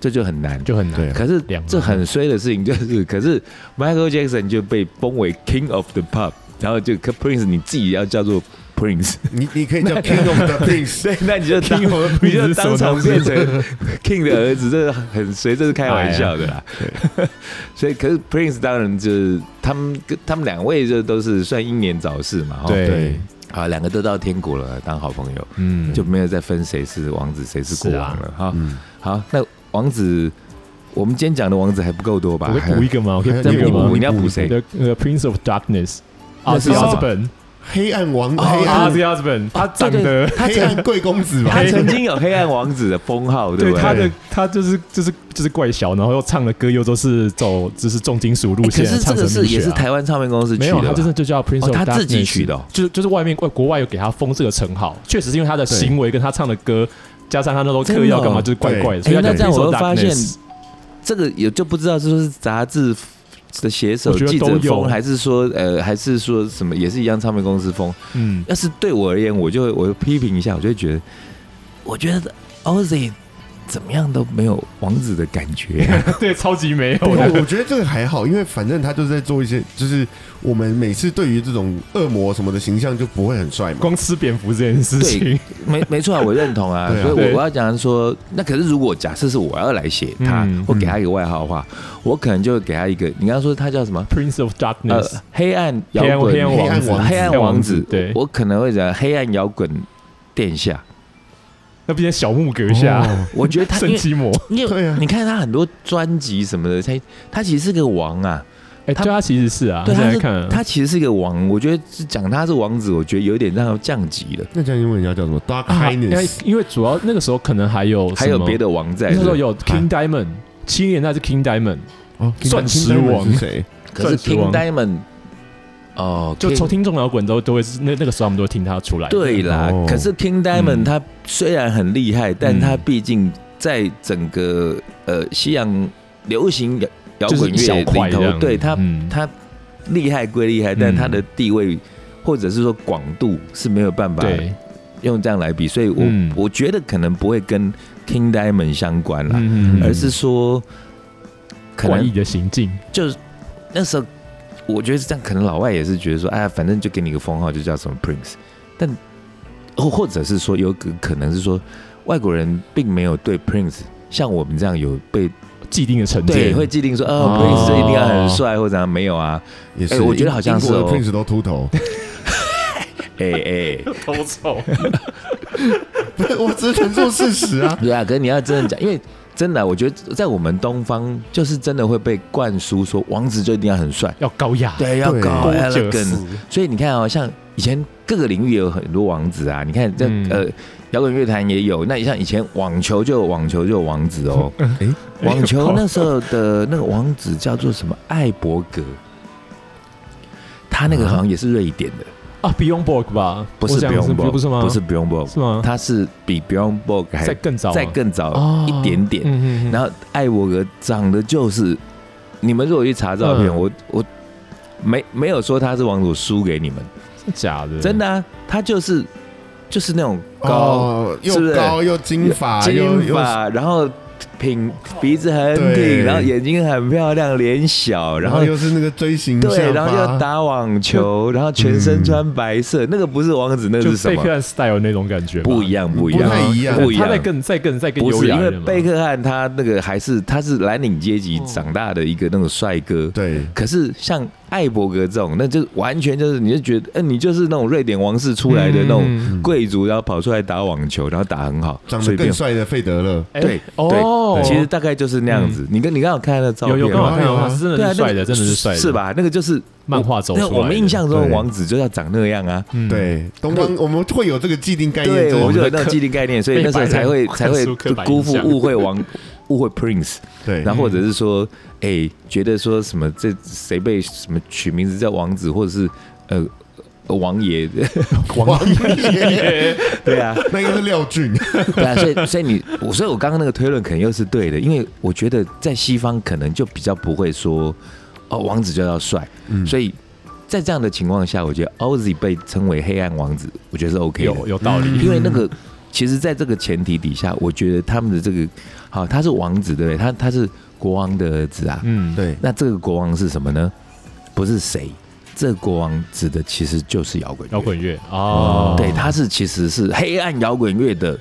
C: 这就很难。
B: 就很难
A: 对，
C: 可是
B: 两
C: 这很衰的事情就是，可是 Michael Jackson 就被封为 King of the Pop，然后就可 Prince 你自己要叫做
B: (laughs)
C: Prince，
A: 你你可以
C: (laughs)
A: 叫 King of the Prince，
C: 对，那你就当
B: King of the
C: 你就
B: Prince
C: 当场
B: 是什么
C: 变
B: 东西
C: 成 King 的儿子，这个很衰，这是开玩笑的啦。
B: 哎
C: (laughs) 所以，可是 Prince 当然就是他们他们两位就都是算英年早逝嘛，哈
B: 对
A: 对
C: 啊，两个都到天国了，当好朋友，
B: 嗯，啊
C: 就没有再分谁是王子谁是国王了哈、
A: 嗯，
C: 好，那王子，我们今天讲的王子还不够多吧
B: 我？可以补一个吗？我
C: (laughs)
B: 可以再
A: 你
B: 补一个
A: 补
B: 吗
C: 你？要补谁？
B: The The Prince of Darkness，阿
C: 那是
B: 兹
C: 什么
B: 阿斯本，
A: 黑暗王，
C: 哦
A: 黑
B: 阿
A: 暗
B: 兹阿斯本，他长
C: 对对
B: 得，
C: 他
A: 黑
C: 曾
A: 暗贵公子吧
C: (laughs) 他
B: 黑？
C: 曾经有黑暗王子的封号，对
B: 对
C: 不对？
B: 他的他就是就是就是怪小，然后又唱的歌又都是走就是重金属路
C: 欸可
B: 线，
C: 是这
B: 唱
C: 个
B: 成
C: 是也是
B: 台。
C: 台湾唱片公司取
B: 没
C: 的吧，
B: 有，他真的就叫 Prince
C: 哦
B: of
C: 他
B: Darkness，、
C: 自己取的哦
B: 就是就是外面外国外有给他封这个称号，确实是因为他的行为跟他唱的歌，加上他那时候嗑药干嘛，就是
C: 真
B: 怪怪的，
C: 对
B: 所以他叫
C: 哎那这样
B: Prince
C: 我
B: of
C: 就发
B: Darkness。
C: 这个也就不知道，就是杂志的写手
B: 我觉得
C: 记
B: 都
C: 者
B: 有
C: 封，还是说呃，还是说什么，也是一样唱片公司封。 (laughs)
B: 嗯，
C: 要是对我而言，我就我就批评一下，我就会觉得，我觉得 Ozzy 怎么样都没有王子的感觉。啊
B: 对，超级没有
A: 我
B: 的，
A: 我觉得这个还好，因为反正他就是在做一些，就是我们每次对于这种恶魔什么的形象就不会很帅嘛。
B: 光吃蝙蝠这件事情，
C: 没没错啊，我认同啊，
A: 对啊
C: 所以
B: (laughs) 对
C: 我我要讲说，那可是如果假设是我要来写他，
B: 嗯
C: 或给他一个外号的话，我可能就会给他一个，你刚刚说他叫什么？
B: (laughs) Prince of
C: 呃
B: Darkness，、，
C: 黑暗摇
B: 黑暗
C: 滚
B: 黑暗王
A: 黑暗王子
B: 子，
C: 黑暗王子，
B: 对
C: 我可能会讲黑暗摇滚
B: (laughs)
C: 殿下。
B: 那毕竟小木阁下，
A: 哦
C: 我觉得他
B: (laughs) 圣
C: 因为
B: 基魔，
C: 因为
A: 对啊
C: 你看他很多专辑什么的，他他其实是个王啊，
B: 哎、
C: 他
B: 对他其实是啊，
C: 对
B: 现
C: 他
B: 在
C: 是
B: 看啊
C: 他其实是个王。我觉得是讲他是王子，我觉得有点让他降级了，
A: 那这样英文要叫什么？Dark
B: 啊因为
A: Highness。
B: 因为主要那个时候可能还有
C: 还有别
B: 的，
C: 的王在。
B: 那时候
C: 是吧
B: 有 King Diamond，七年代是 King Diamond，
A: 哦
B: 钻石
A: King Diamond
B: 王
A: 是谁？
C: 可是
B: 钻石王
C: King Diamond 哦，
B: 就
C: King-
B: 从听众摇滚都都会是那那个时候他们都会听他出来，
C: 对啦
A: 哦，
C: 可是 King Diamond
B: 嗯
C: 他虽然很厉害，但
B: 嗯
C: 他毕竟在整个呃西洋流行摇摇
B: 就是
C: 滚
B: 一小
C: 乐
B: 块
C: 里
B: 这
C: 头，
B: 样
C: 对他
B: 嗯
C: 他厉害归厉害，但
B: 嗯
C: 他的地位或者是说广度是没有办法
B: 对，
C: 用这样来比，所以我
B: 嗯
C: 我觉得可能不会跟 King Diamond 相关啦，
B: 嗯
C: 而是说可
B: 怪
C: 能
B: 异的行径，
C: 就是那时候，我觉得这样可能老外也是觉得说，哎呀，反正就给你个封号，就叫什么 Prince。但或或者是说，有可可能是说，外国人并没有对 Prince 像我们这样有被
B: 既定的成
C: 对
B: 见，
C: 会既定说，哦
B: 哦
C: ，Prince 就一定要很帅或者怎样，没有啊，
A: 也是，
C: 哎我觉得好像
A: 英国的
C: 是哦
A: Prince 都秃
C: (laughs)
A: 头。
C: 哎哎，
B: 偷臭，
A: 不是，我只是陈述事实啊。
C: 对啊。可是你要真的讲，因为真的啊，我觉得在我们东方，就是真的会被灌输说，王子就一定要很帅，
B: (laughs) 要高雅，
C: (laughs) 对，要
A: 对
C: 搞
B: 勾九
C: elegant，
B: 四，
C: 所以你看啊、像以前各个领域也有很多王子啊，你看这、
B: 嗯
C: 呃摇滚乐坛也有，那你像以前网球就有网球就有王子哦，
B: (laughs)
A: 哎，
C: 网球那时候的那个王子叫做什么艾伯格，他那个好像也是瑞典的，
B: 啊，Beyond Borg 吧？
C: 不
B: 我
C: 是
B: 想
C: Bjorn
B: 不
C: Borg，
B: 不是吗？
C: 不是 Bjorn Borg，
B: 是吗？
C: 他是比 Bjorn Borg 还
B: 再更早吗，
C: 再更早
B: 哦
C: 一点点，
B: 嗯嗯嗯
C: 然后艾伯格长得就是，你们如果去查照片，
B: 嗯
C: 我我没没有说他是王子，我输给你们。
B: 真假的，
C: 真的啊，他就是就是那种 (laughs) 高
A: 哦，啊
C: 是不
A: 又
C: 是
A: 高又金发，又
C: 金
A: 又
C: 发，然后挺鼻子很
A: 对
C: 挺，然后眼睛很漂亮，脸小，然
A: 然
C: 后
A: 后。又是那个锥形下
C: 对，然后
A: 巴
C: 又打网球，然后全身穿白色，那个不是王子，那个
B: 就是
C: 什
B: 贝
C: 么
B: 克？汉 style 那种感觉吧，
C: 不一样，不一
A: 不
C: 样，
A: 太一样
C: 不一
B: 他
C: 样
B: 再。更再更再更
C: 不
B: 优
C: 是
B: 雅
C: 因
B: 一
C: 为
B: 点嘛，
C: 贝克汉他那个还是他是蓝领阶级
B: 哦
C: 长大的一个那种帅哥，
A: 对，
C: 可是像艾伯格这种，那就完全就是你就觉得，嗯，你就是那种瑞典王室出来的那种
B: 嗯
A: 嗯
C: 贵族，然后跑出来打网球，然后打很好，
A: 长得
C: 随便
A: 更。帅的费德勒，
B: 哎
C: 对
B: 哦，
C: 其实大概就是那样子。你跟你刚好看那照
B: 有
C: 片
B: 有跟
C: 吗，
B: 我看
A: 有
B: 到
A: 啊
B: 他是真
C: 对
B: 的是帅的，真
C: 啊，那
B: 的是帅的，
C: 是？吧？那个就是
B: 漫画走出
C: 那
B: 来的，
C: 我们印象中
A: 对
C: 的王子就要长那样啊。
B: 嗯，
A: 对，东方我们会有这个既定概念，
C: 对，我们就有
A: 就
C: 那种既定概念，所以那时候才会才会辜负误会王。误会 Prince，
A: 对，
C: 然后或者是说，哎、觉得说什么这谁被什么取名字叫王子，或者是呃王爷，
A: 王爷，
C: (laughs) 对啊，
A: 那应该是廖
C: (laughs)
A: 俊，
C: 对啊，所以所以你我所以我刚刚那个推论可能又是对的，因为我觉得在西方可能就比较不会说哦王子就要帅，
A: 嗯
C: 所以在这样的情况下，我觉得哦 Ozzy 被称为黑暗王子，我觉得是 OK 的，
B: 有有道理，
C: 因为那个其实在这个前提底下，我觉得他们的这个好他是王子对不对？他他是国王的儿子啊，
B: 嗯，
A: 对，
C: 那这个国王是什么呢？不是谁，这个国王指的其实就是摇滚乐
B: 摇。滚乐哦，
C: 对，他是其实是黑暗摇滚乐的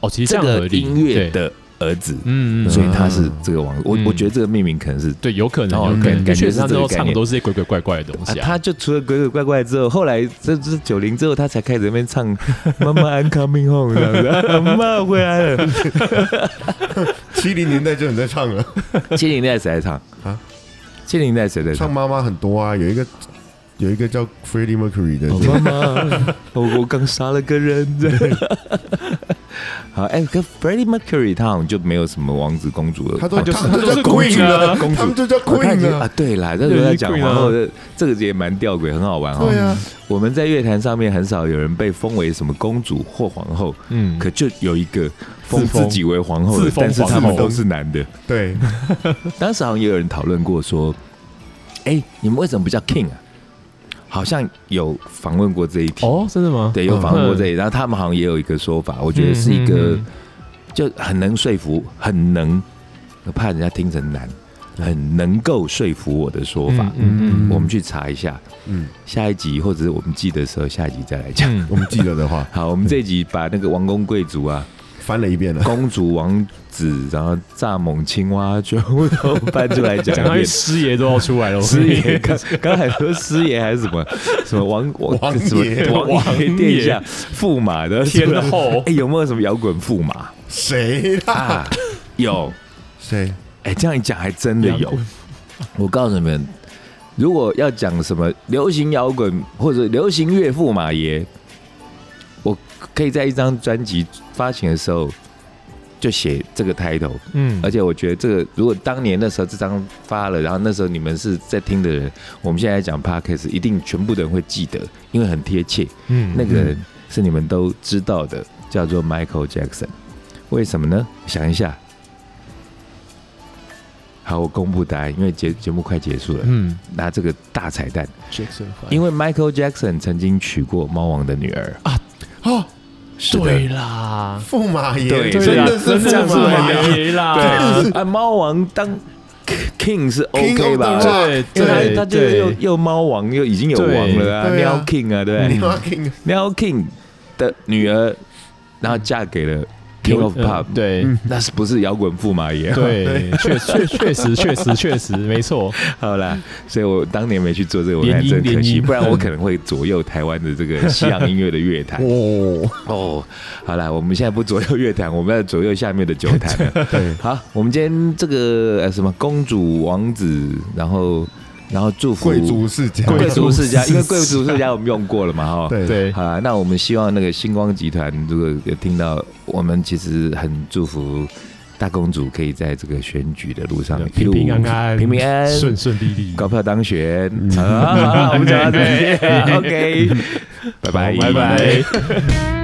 B: 哦，其实这
C: 这
B: 样合
C: 个
B: 理
C: 音乐的儿子，
B: 嗯，嗯
C: 所以
B: 嗯
C: 他是这个王。我
B: 嗯
C: 我觉得这个命名可能是
B: 对，有可能，
C: 哦
B: 有可
C: 感
B: 能，
C: 感觉
B: 确实
C: 是
B: 他
C: 这
B: 之
C: 个
B: 后
C: 概
B: 唱的
C: 念
B: 都是一些鬼鬼怪怪的东
C: 啊
B: 西，啊。
C: 他就除了鬼鬼怪怪之后，后来这这九零之后，他才开始在那
B: (laughs)
C: 边唱妈妈 I'm coming home 这样子，妈回
B: (laughs)
C: 来了。
A: 七零年代就很在唱了，
C: 七零代谁在唱
A: 啊
C: 啊？七零代谁在
A: 唱
C: 唱？
A: 妈妈很多啊，有一个有一个叫 Freddie Mercury 的，
C: 哦妈妈，我我刚杀了个人。这样 (laughs) 好，哎，可 Freddie Mercury 他好像就没有什么王子公主了，
A: 他都
B: 他就是
A: 他们
B: 他都
A: 就是叫 Queen
B: Queen 啊
A: 啊，他们就叫
C: 哦他已经
A: Queen
C: 啊
A: 啊，，
C: 对啦，这
B: 对
C: 个在
B: 已经
C: 讲
B: Queen
C: 皇
B: 了
C: 后的，这个也蛮吊诡，很好玩
A: 对
C: 哦。
A: 啊，
C: 我们在乐坛上面很少有人被封为什么公主或皇后，
B: 嗯，
C: 可就有一个封
B: 自封
C: 自己为皇后
B: 自
C: 的，
B: 封
C: 但是他
A: 皇
C: 们
A: 后
C: 都是男的。
A: 对，
C: 当时好像也有人讨论过说，哎、你们为什么不叫 King 啊？好像有访问过这一题，
B: 哦，真的吗？
C: 对，有
A: 嗯
C: 访问过这一题。然后他们好像也有一个说法，我
B: 我
C: 觉得是一个就很能说服，很能，我怕人家听成难，很能够说服我的说法。
A: 嗯
C: 我们去查一下，
A: 嗯，
C: 下一集或者是我们记得的时候，下一集再来讲。
B: 嗯
A: 我们记得的 (laughs) 话
C: 好，我们这一集把那个王公贵
A: (laughs)
C: 族啊，
A: 翻了一遍了，
C: 公主、王子，然后蚱蜢、青蛙，全部都搬出来 (laughs) 讲
B: 讲到
C: 一遍。
B: 师爷都要出来了，我
C: (laughs) 师爷，刚刚才说师爷还是什么什么王王
A: 王爷
C: 什么王
B: 王
C: 爷
B: 爷
C: 殿下驸马的
B: 天
C: 出来
B: 后
C: 哎、有没有什么摇滚驸马
A: 谁啦？
C: 啊？有，
A: 谁？
C: 哎、这样一讲还真的有。我告诉你们，如果要讲什么流行摇滚或者流行乐驸马爷，我可以在一张专辑发行的时候就写这个 title，
B: 嗯
C: 而且我觉得这个，如果当年那时候这张发了，然后那时候你们是在听的人，我们现在讲 podcast，一定全部的人会记得，因为很贴切。
B: 嗯
C: 那个人是你们都知道的，叫做 Michael Jackson。为什么呢？想一下。好，我公布答案，因为节节目快结束了，
B: 嗯
C: 拿这个大彩蛋，
B: ，Jackson，
C: 因为 Michael Jackson 曾经娶过猫王的女儿。
A: 哦，
C: 是的
B: 对啦，
A: 驸马爷，
C: 对
A: 啊真
B: 对啦，
A: 的是
B: 真的
A: 驸
B: 是
A: 马
B: 马
A: 爷，
B: 爷啦，
C: 对 (laughs) 啊，猫王当 king 是
A: King
C: OK
A: of
C: 吧
A: the rock
B: 对
C: 因为
B: 对，
C: 他他就是又又猫王，又已经有王了啊，
A: 对对啊
C: 喵 king 啊，对不
A: 你
C: 对
A: 妈 King，
C: 喵 king 的女儿，然后嫁给了 king of pop，
B: 呃对
A: 嗯
C: 那是不是摇滚驸马爷？
A: (laughs)
B: 对，确确确实确实确实没错，
C: (laughs) 好啦，所以我当年没去做这个，我还
B: 联姻
C: 真可惜，
B: 联姻
C: 不然我可能会左右台湾的这个西洋音乐的
B: (laughs)
C: 乐坛。
A: 哦，
C: 哦，好啦，我们现在不左右乐坛，我们要左右下面的酒坛
B: (laughs)
C: 了。
A: 对，
C: 好，我们今天这个呃什么公主、王子，然后然后祝福
A: 贵族世家，
C: 贵族世
B: 贵族
C: 家，
B: 世家
C: 因为贵族世家我们用过了嘛，哈。
A: 对
B: 啊对，
C: 好啦，那我们希望那个星光集团，如果有听到，我们其实很祝福大公主可以在这个选举的路上一
B: 平
C: 路
B: 平安安，
C: 平平安安
B: 顺顺利利，
C: 高票当选。
A: 嗯
B: (laughs)
C: 好啦，好啦我们讲到这里，OK，拜拜，
B: 拜拜。